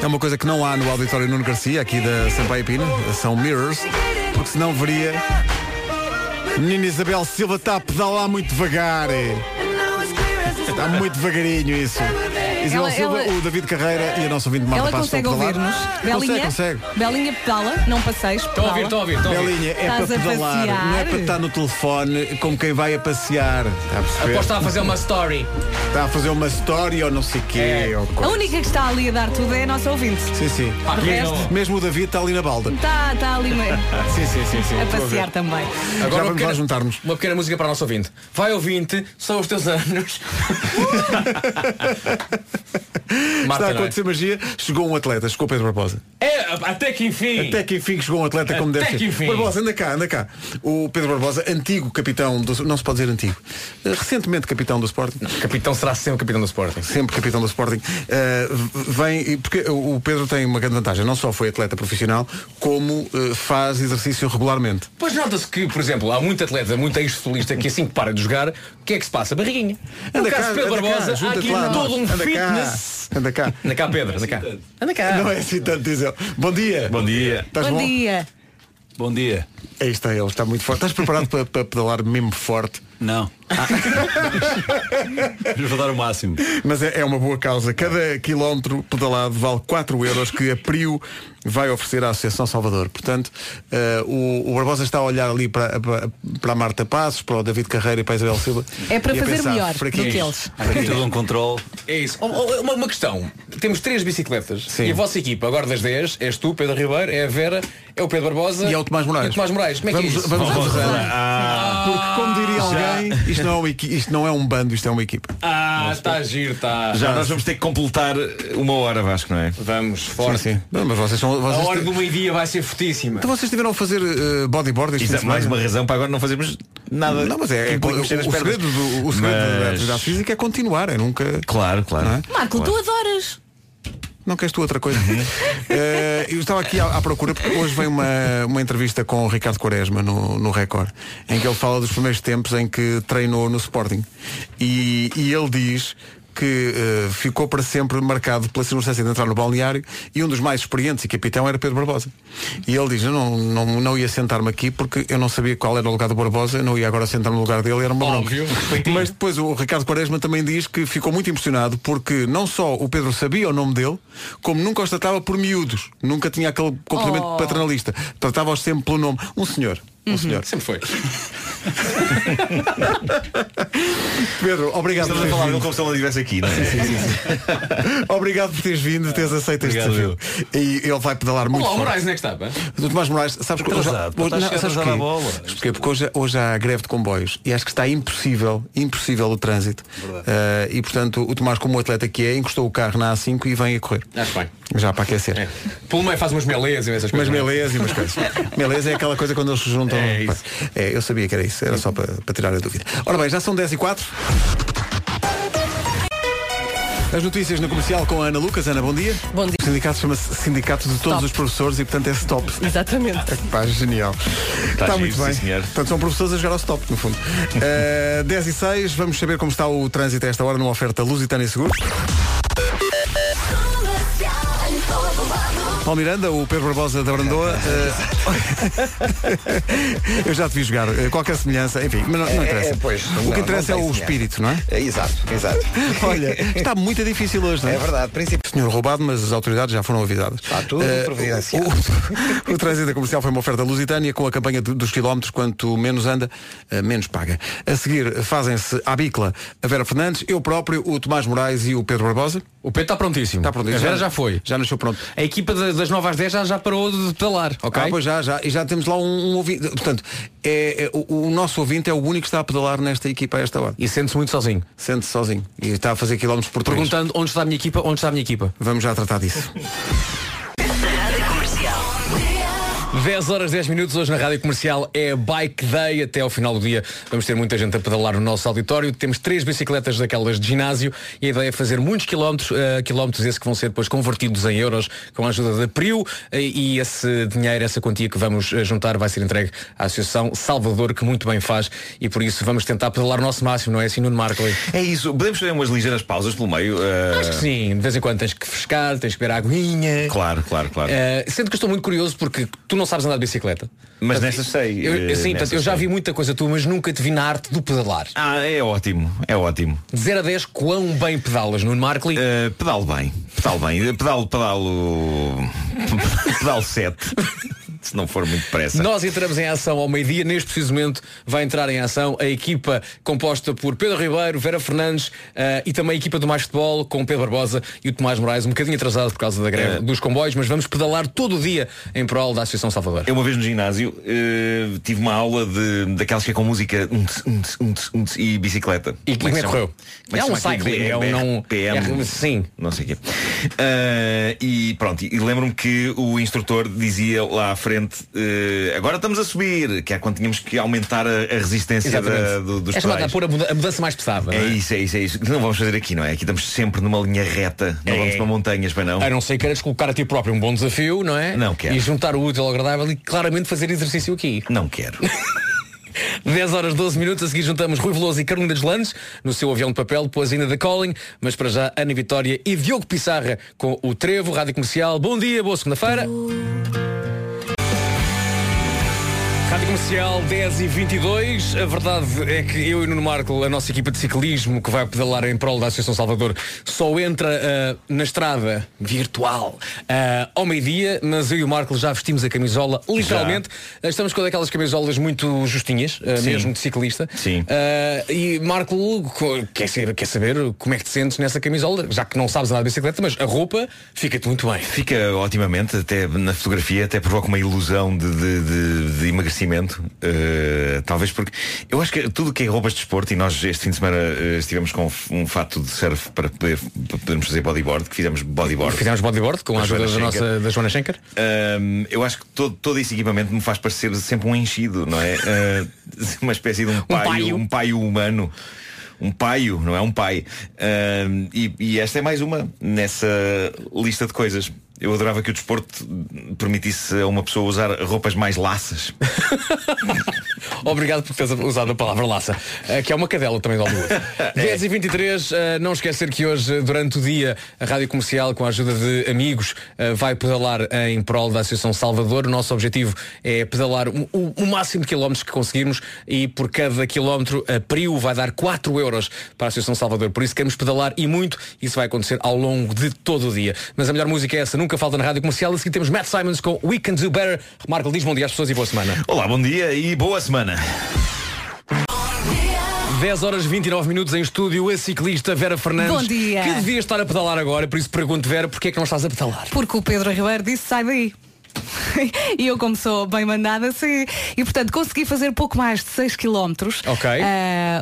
S2: É uma coisa que não há no auditório Nuno Garcia, aqui da Sampaio Pina, são mirrors, porque senão veria. Menina Isabel Silva está a pedalar muito devagar. eh. Está muito devagarinho isso. Isabel
S4: Ela-
S2: Silva,
S4: ela-
S2: o David Carreira e a nossa ouvinte Marta
S4: Ela
S2: Passos
S4: consegue
S2: estão a pedalar.
S4: ouvir-nos. Belinha,
S2: Ah, Consegue, consegue.
S4: Belinha pedala, não passeis.
S6: a ouvir, estou a ouvir, estou a ouvir.
S2: Belinha, é
S4: Estás
S2: para
S4: a
S2: pedalar, não é
S4: passear.
S2: para estar no telefone como quem vai a passear. Está a perceber?
S6: Aposto está a fazer uma story. É.
S2: Está a fazer uma story ou não sei quê. Ou
S4: A
S2: coisa.
S4: única que está ali a dar tudo é a nossa ouvinte.
S2: Sim, sim.
S6: Ah,
S4: Pá, que não.
S2: Mesmo o David está ali na balda.
S4: Está, está tá ali meio
S6: Ah,
S2: Sim, sim, sim, sim.
S4: a
S2: Estou
S4: passear
S2: ver.
S4: também.
S2: Já vamos lá juntarmos.
S6: Uma pequena música para o nosso ouvinte. Vai ouvinte, são os teus anos. Marta,
S2: Está a
S6: não é?
S2: acontecer magia. Chegou um atleta, chegou o Pedro Barbosa.
S6: É, até que enfim.
S2: Até que enfim que chegou um atleta como
S6: Até
S2: deve
S6: que
S2: ser.
S6: enfim.
S2: Barbosa, anda cá, anda cá. O Pedro Barbosa, antigo capitão do. Não se pode dizer antigo. Eh, Recentemente capitão do Sporting.
S6: Capitão será sempre capitão do Sporting.
S2: Sempre capitão do Sporting. Uh, v- vem, e porque o o Pedro tem uma grande vantagem. Não só foi atleta profissional, como uh, faz exercício regularmente.
S6: Pois nota-se que, por exemplo, há muito atleta, muito ex-futbolista que assim que para de jogar, o que é que se passa? Barriguinha. No
S2: Anda
S6: caso
S2: cá,
S6: de Pedro
S2: anda cá,
S6: Barbosa, há
S2: junta-te
S6: aqui
S2: lá a nós.
S6: todo um
S2: Anda cá.
S6: fitness.
S2: Anda cá.
S6: Anda cá, Pedro, anda cá. Anda cá.
S2: Não é assim tanto, diz ele. Bom dia.
S10: Bom dia.
S2: Estás
S4: Bom
S2: bom?
S4: dia.
S2: Bom dia. Aí está ele, está muito forte. Ah. Estás preparado para, para pedalar mesmo forte?
S18: Não. Vamos dar o máximo.
S2: Mas é, é uma boa causa. Cada quilómetro pedalado vale 4 euros que a Prio vai oferecer à Associação Salvador. Portanto, eh, o, o Barbosa está a olhar ali para, para, para a Marta Passos, para o David Carreira e para a Isabel Silva.
S4: É para
S2: e a
S4: fazer
S2: pensar,
S4: melhor
S2: fraquinhos,
S4: do que eles.
S18: Aqui todo um controle.
S6: É isso. Oh, oh, Uma, uma questão. Temos três bicicletas. E a vossa equipa, agora das 10, és tu, Pedro Ribeiro, é a Vera, é o Pedro Barbosa
S2: E é o Tomás Moraes.
S6: e o Tomás Moraes. Como é que
S2: vamos,
S6: é isso?
S2: Vamos, rezar. Porque como diria alguém, isto não, é uma equi- isto não é um bando, isto é uma equipa.
S6: Ah, está a giro, tá. está.
S10: Já nós vamos ter que completar uma hora, Vasco, não é?
S6: Vamos, forte.
S2: Sim, sim. Não, mas vocês são.
S6: A
S2: Vocês
S6: hora do meio-dia vai ser fortíssima.
S2: Então vocês tiveram a fazer eh, bodyboard este
S10: Isso
S2: fim
S10: é
S2: de
S10: mais
S2: semana?
S10: uma razão para agora não fazermos nada.
S2: Não, mas é, é-
S10: que
S2: o,
S10: implique mexer nas
S2: o
S10: pernas.
S2: segredo, do, o segredo da
S10: Mas-
S2: atividade física é continuar, é nunca.
S10: Claro, claro.
S2: Não, é?
S4: Marco, tu adoras.
S2: Não queres tu outra coisa? (laughs) Eh, eu estava aqui à, à procura porque hoje vem uma, uma entrevista com o Ricardo Quaresma no, no Record, em que ele fala dos primeiros tempos em que treinou no Sporting. E, e ele diz que eh, ficou para sempre marcado pela circunstância de entrar no balneário e um dos mais experientes e capitão era Pedro Barbosa. E ele diz, eu não, não, não ia sentar-me aqui porque eu não sabia qual era o lugar do Barbosa, eu não ia agora sentar no lugar dele, era um uma bronca. Mas depois o Ricardo Quaresma também diz que ficou muito impressionado porque não só o Pedro sabia o nome dele, como nunca os tratava por miúdos, nunca tinha aquele comportamento
S18: Oh.
S2: paternalista. Tratava-os sempre pelo nome. Um senhor. Um
S18: Uhum.
S2: senhor.
S6: Sempre foi.
S2: Pedro, obrigado
S10: Estamos a
S2: por teres
S10: falar dele
S2: vindo.
S10: como se ele não estivesse aqui, não é?
S2: (laughs)
S10: (laughs)
S2: Obrigado por teres vindo, teres aceito este desafio. E ele vai pedalar muito.
S6: Olá, o
S2: forte.
S6: Moraes, onde é que estava?
S2: Do Tomás Moraes, sabes que
S6: Atrasado, pá, estás
S2: sabes
S6: atrasado à
S2: porquê?
S6: bola. é?
S2: Sabes porquê? Porque hoje, hoje há greve de comboios e acho que está impossível, impossível o trânsito. Eh, e portanto o Tomás, como atleta que é, encostou o carro na A5 e vem a correr.
S6: Acho bem. É.
S2: Já para aquecer.
S6: Pelo meio faz umas meleias e essas
S2: Mas
S6: coisas. é?
S2: meleza e umas
S6: (laughs)
S2: coisas. meleza é aquela coisa quando eles se juntam. É, eu sabia que era isso, era só para, para tirar a dúvida. Ora bem, já são 10 e 4. As notícias na comercial com a Ana Lucas. Ana, bom dia. Bom dia. O sindicato chama-se Sindicato de Todos
S11: Stop.
S2: os Professores e, portanto, é stop. É
S11: Exatamente.
S2: Pá, genial. Está,
S10: giro,
S2: muito
S10: sim,
S2: bem.
S10: senhor.
S2: Portanto, são professores a jogar ao stop,
S3: (laughs)
S2: no fundo. Eh, 10 e 6, vamos saber como está o trânsito a esta hora numa oferta Lusitânia Seguros. Paulo Miranda, o Pedro Barbosa da Brandoa.
S3: É
S2: eh, (laughs) eu já te vi jogar. eh, Qualquer semelhança, enfim, mas não, não
S3: É,
S2: interessa.
S3: é, pois,
S2: o
S3: não,
S2: que interessa
S3: não
S2: é
S3: tem
S2: o
S3: semelhança.
S2: espírito, não é?
S3: É, Exato, exato.
S2: Olha, está muito difícil hoje, não é?
S3: É verdade, princípio.
S2: Senhor roubado, mas as autoridades já foram avisadas. Está
S3: tudo providenciado.
S2: O, o trânsito comercial foi uma oferta lusitânia com a campanha de- dos quilómetros, quanto menos anda, eh, menos paga. A seguir fazem-se à bicla a Vera Fernandes, eu próprio, o Tomás Moraes e o Pedro Barbosa.
S6: O Pedro está prontíssimo.
S2: Está prontíssimo.
S6: A Vera já foi.
S2: Já nasceu pronto.
S6: A equipa da- das 9 às 10 já, já parou de pedalar, ok?
S2: Ah, pois já, já. E já temos lá um, um ouvinte. Portanto, é, é- o, o nosso ouvinte é o único que está a pedalar nesta equipa a esta hora.
S6: E sente-se muito sozinho.
S2: Sente-se sozinho. E está a fazer quilómetros por três.
S6: Perguntando onde está a minha equipa, onde está a minha equipa.
S2: Vamos já tratar disso.
S6: 10 horas 10 minutos hoje na Rádio Comercial é Bike Day até ao final do dia vamos ter muita gente a pedalar no nosso auditório temos três bicicletas daquelas de ginásio e a ideia é fazer muitos quilómetros eh, quilómetros esses que vão ser depois convertidos em euros com a ajuda da PRIU eh, e esse dinheiro, essa quantia que vamos eh, juntar vai ser entregue à Associação Salvador que muito bem faz e por isso vamos tentar pedalar o nosso máximo, não é assim Nuno Markley?
S10: É isso. Podemos fazer umas ligeiras pausas pelo meio. eh,
S6: Acho que sim, de vez em quando tens que frescar, tens que beber aguinha
S10: Claro, claro, claro.
S6: Uh, sendo que estou muito curioso porque tu não sabes andar de bicicleta.
S10: Mas
S6: Portanto,
S10: nesta sei,
S6: Eu,
S10: eh,
S6: eu- sim,
S10: nesta
S6: portanto, eu já vi muita coisa tua, mas nunca te vi na arte do pedalar.
S10: Ah, é ótimo, é ótimo.
S6: De 0 a 10, quão bem pedalas, Nuno Markley?
S10: Eh, pedalo bem, pedalo bem. Pedalo, (laughs) pedalo. pedalo 7. Se não for muito depressa.
S6: Nós entramos em ação ao meio-dia, neste preciso momento vai entrar em ação a equipa composta por Pedro Ribeiro, Vera Fernandes eh, e também a equipa do Mais Futebol com o Pedro Barbosa e o Tomás Moraes, um bocadinho atrasado por causa da
S10: Eh.
S6: greve dos comboios, mas vamos pedalar todo o dia em prol da Associação Salvador.
S10: Eu uma vez no ginásio eh, tive uma aula de, daquelas que é com música um, tss, um, tss, um, tss, um, tss, e bicicleta.
S6: E como é que
S10: se chama?
S6: correu?
S10: Como
S6: É
S10: que
S6: um
S10: se chama aquilo?
S6: cycling, é um
S10: BR,
S6: não-
S10: PM,
S6: é- sim.
S10: Não sei o quê. Eh, e pronto, e lembro-me que o instrutor dizia lá à frente, eh, agora estamos a subir, que é quando tínhamos que aumentar a, a resistência da, do, dos
S6: é chamada a
S10: pedais.
S6: pôr a muda- a mudança mais pesada.
S10: É
S6: não é?
S10: isso, é isso, é isso. Que Não vamos fazer aqui, não é? Aqui estamos sempre numa linha reta, não
S6: É.
S10: vamos para montanhas, para não.
S6: A não ser que queiras colocar a ti próprio um bom desafio, não é? Não quero. E juntar o útil ao agradável e claramente fazer exercício aqui.
S10: Não
S6: (laughs)
S10: quero.
S6: 10 horas 12 minutos, a seguir juntamos Rui Veloso e Carolina Deslandes no seu avião de papel, depois ainda da Colin, mas para já Ana Vitória e Diogo Pissarra com o Trevo, Rádio Comercial. Bom dia, boa segunda-feira. Rádio Comercial 10 e 22. A verdade é que eu e Nuno Marco, a nossa equipa de ciclismo que vai pedalar em prol da Associação Salvador, só entra ah, na estrada virtual ah, ao meio-dia, mas eu e o Marco já vestimos a camisola, literalmente. Ah, Estamos com aquelas camisolas muito justinhas, ah,
S10: Sim.
S6: mesmo de ciclista.
S10: Sim.
S6: Ah, e Marco, co- quer, ser- quer saber como é que te sentes nessa camisola, já que não sabes andar de bicicleta, mas a roupa fica-te muito bem.
S10: Fica otimamente, até na fotografia, até provoca uma ilusão de, de- de- de emagrecimento. eh, talvez porque. Eu acho que tudo que é roupas de desporto, e nós este fim de semana eh, estivemos com um fato de surf para, poder, para podermos fazer bodyboard, que fizemos bodyboard.
S6: Fizemos bodyboard com a
S10: Da
S6: ajuda da,
S10: Joana Schenker.
S6: nossa, da Joana Schenker.
S10: Ahm, eu acho que todo, todo esse equipamento me faz parecer sempre um enchido, não é? Ah, (laughs) uma espécie de um paio, um
S6: paio.
S10: paio, humano. Um paio, não é um pai. Ahm, e, e esta é mais uma nessa lista de coisas. Eu adorava que o desporto permitisse a uma pessoa usar roupas mais
S6: (laughs)
S10: laças.
S6: Obrigado por teres usado a palavra laça, eh, que é uma cadela também de Hollywood. 10 e 23, eh, não esquecer que hoje, eh, durante o dia, a Rádio Comercial, com a ajuda de amigos, eh, vai pedalar em prol da Associação Salvador. O nosso objetivo é pedalar o, o- o máximo de quilómetros que conseguirmos e por cada quilómetro a Priu vai dar 4 euros para a Associação Salvador. Por isso queremos pedalar e muito. Isso vai acontecer ao longo de todo o dia. Mas a melhor música é essa, nunca falta na Rádio Comercial. A seguir temos Matt Simons com We Can Do Better. Marco, diz bom dia às pessoas e boa semana.
S10: Olá, bom dia e boa semana.
S6: 10 horas 29 minutos em estúdio, a ciclista Vera Fernandes.
S4: Bom dia.
S6: Que devia estar a pedalar agora, por isso pergunto, Vera, porquê é que não estás a pedalar? (laughs)
S4: Porque o Pedro Ribeiro disse sai daí. (laughs) e eu como sou bem mandada sim. E portanto consegui fazer pouco mais de 6 km
S6: Ok.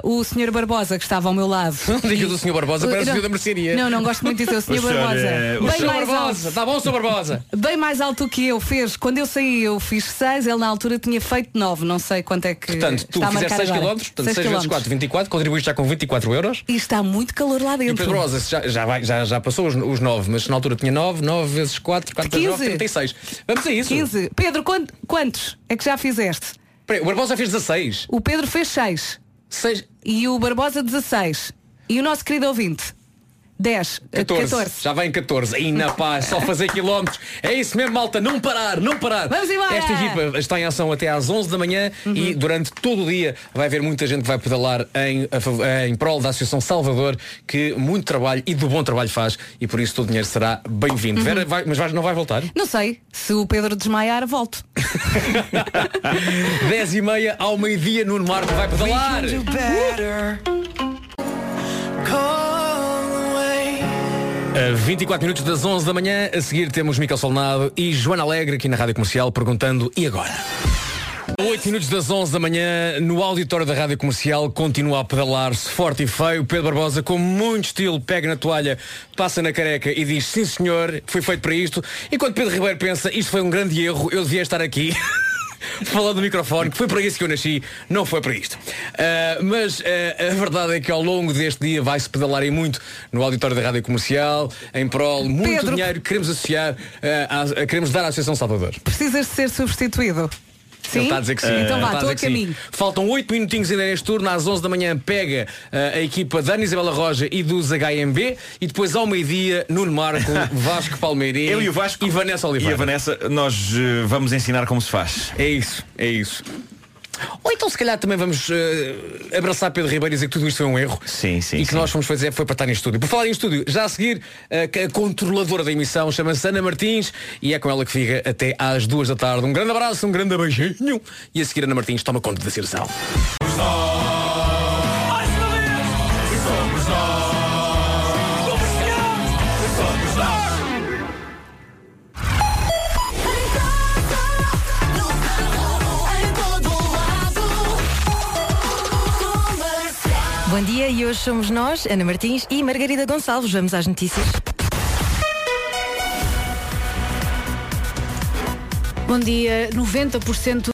S4: o senhor Barbosa que estava ao meu
S6: (laughs)
S4: lado
S6: Não digas o Sr. Barbosa, parece
S4: Uh, Não.
S6: o Sr. da mercearia.
S4: Não, não gosto muito de dizer o Sr.
S6: senhor,
S4: Barbosa.
S6: eh, (laughs) o
S4: Bem
S6: Sr.
S4: mais
S6: Barbosa,
S4: alto. Eh,
S6: está bom, Sr. Barbosa?
S4: Bem mais alto que eu fez. Quando eu saí eu fiz 6, ele na altura tinha feito 9, não sei quanto é que
S6: Portanto, tu
S4: está a
S6: fizeste
S4: marcar
S6: 6
S4: agora.
S6: km, portanto
S4: Seis
S6: 6 vezes
S4: quilómetros.
S6: 4, 24, contribuíste já com 24 euros.
S4: E está muito calor lá
S6: E
S4: dentro.
S6: o Pedro Rosa já, já, vai- já, já passou os, os 9, mas na altura tinha 9, 9 vezes 4, 4 vezes 9,
S4: 15.
S6: 36. Vamos a é isso.
S4: 15. Pedro, quan- quantos é que já fizeste?
S6: Peraí, o Barbosa fez 16.
S4: O Pedro fez 6.
S6: 6.
S4: E o Barbosa 16. E o nosso querido ouvinte? 10.
S6: 14.
S4: 14.
S6: Já vem 14. E na paz, só fazer quilómetros. É isso mesmo, malta. Não parar, não parar.
S4: Vamos embora! Uhum.
S6: Esta equipa está em ação até às 11 da manhã e durante todo o dia vai haver muita gente que vai pedalar em, a fav- em prol da Associação Salvador, que muito trabalho e do bom trabalho faz e por isso todo o dinheiro será bem-vindo.
S4: Uhum.
S6: Vera, vai- mas vai- não vai voltar?
S4: Não sei. Se o Pedro desmaiar, volto.
S6: (laughs) 10 e meia ao meio-dia, Nuno Marco vai pedalar. A 24 minutos das 11 da manhã, a seguir temos Miquel Solnado e Joana Alegre aqui na Rádio Comercial perguntando e agora? 8 minutos das 11 da manhã, no auditório da Rádio Comercial, continua a pedalar-se forte e feio. Pedro Barbosa, com muito estilo, pega na toalha, passa na careca e diz sim senhor, foi feito para isto. Enquanto Pedro Ribeiro pensa, isto foi um grande erro, eu devia estar aqui. (laughs) Falando do microfone, que foi para isso que eu nasci, não foi para isto. Ah, mas ah, a verdade é que ao longo deste dia vai-se pedalar em muito no auditório da Rádio Comercial, em prol, muito
S4: Pedro.
S6: dinheiro que queremos associar, ah, à- queremos dar à Associação Salvador.
S4: Precisas de ser substituído. Sim?
S6: Ele está a dizer
S10: Ah,
S6: que sim.
S4: Então
S6: Ele
S4: vá,
S6: está
S4: estou a
S6: dizer que sim.
S4: caminho.
S6: Faltam 8 minutinhos ainda neste turno. Às 11 da manhã pega eh, a equipa da Ana Isabela Roja e dos HMB. E depois ao meio-dia, Nuno
S10: (laughs)
S6: Marco, Vasco Palmeirinho.
S10: Eu e o Vasco.
S6: Vanessa
S10: E
S6: Oliveira.
S10: a Vanessa, nós eh, vamos ensinar como se faz.
S6: É isso, é isso. Ou então se calhar também vamos eh, abraçar Pedro Ribeiro e dizer que tudo isto foi um erro.
S10: Sim, sim.
S6: e que nós fomos fazer foi para estar em estúdio. Por falar em estúdio, já a seguir, eh, que a controladora da emissão chama-se Ana Martins e é com ela que fica até às duas da tarde. Um grande abraço, um grande beijinho. E a seguir Ana Martins toma conta da seleção.
S19: Bom dia e hoje somos nós, Ana Martins e Margarida Gonçalves. Vamos às notícias.
S20: Bom dia. 90%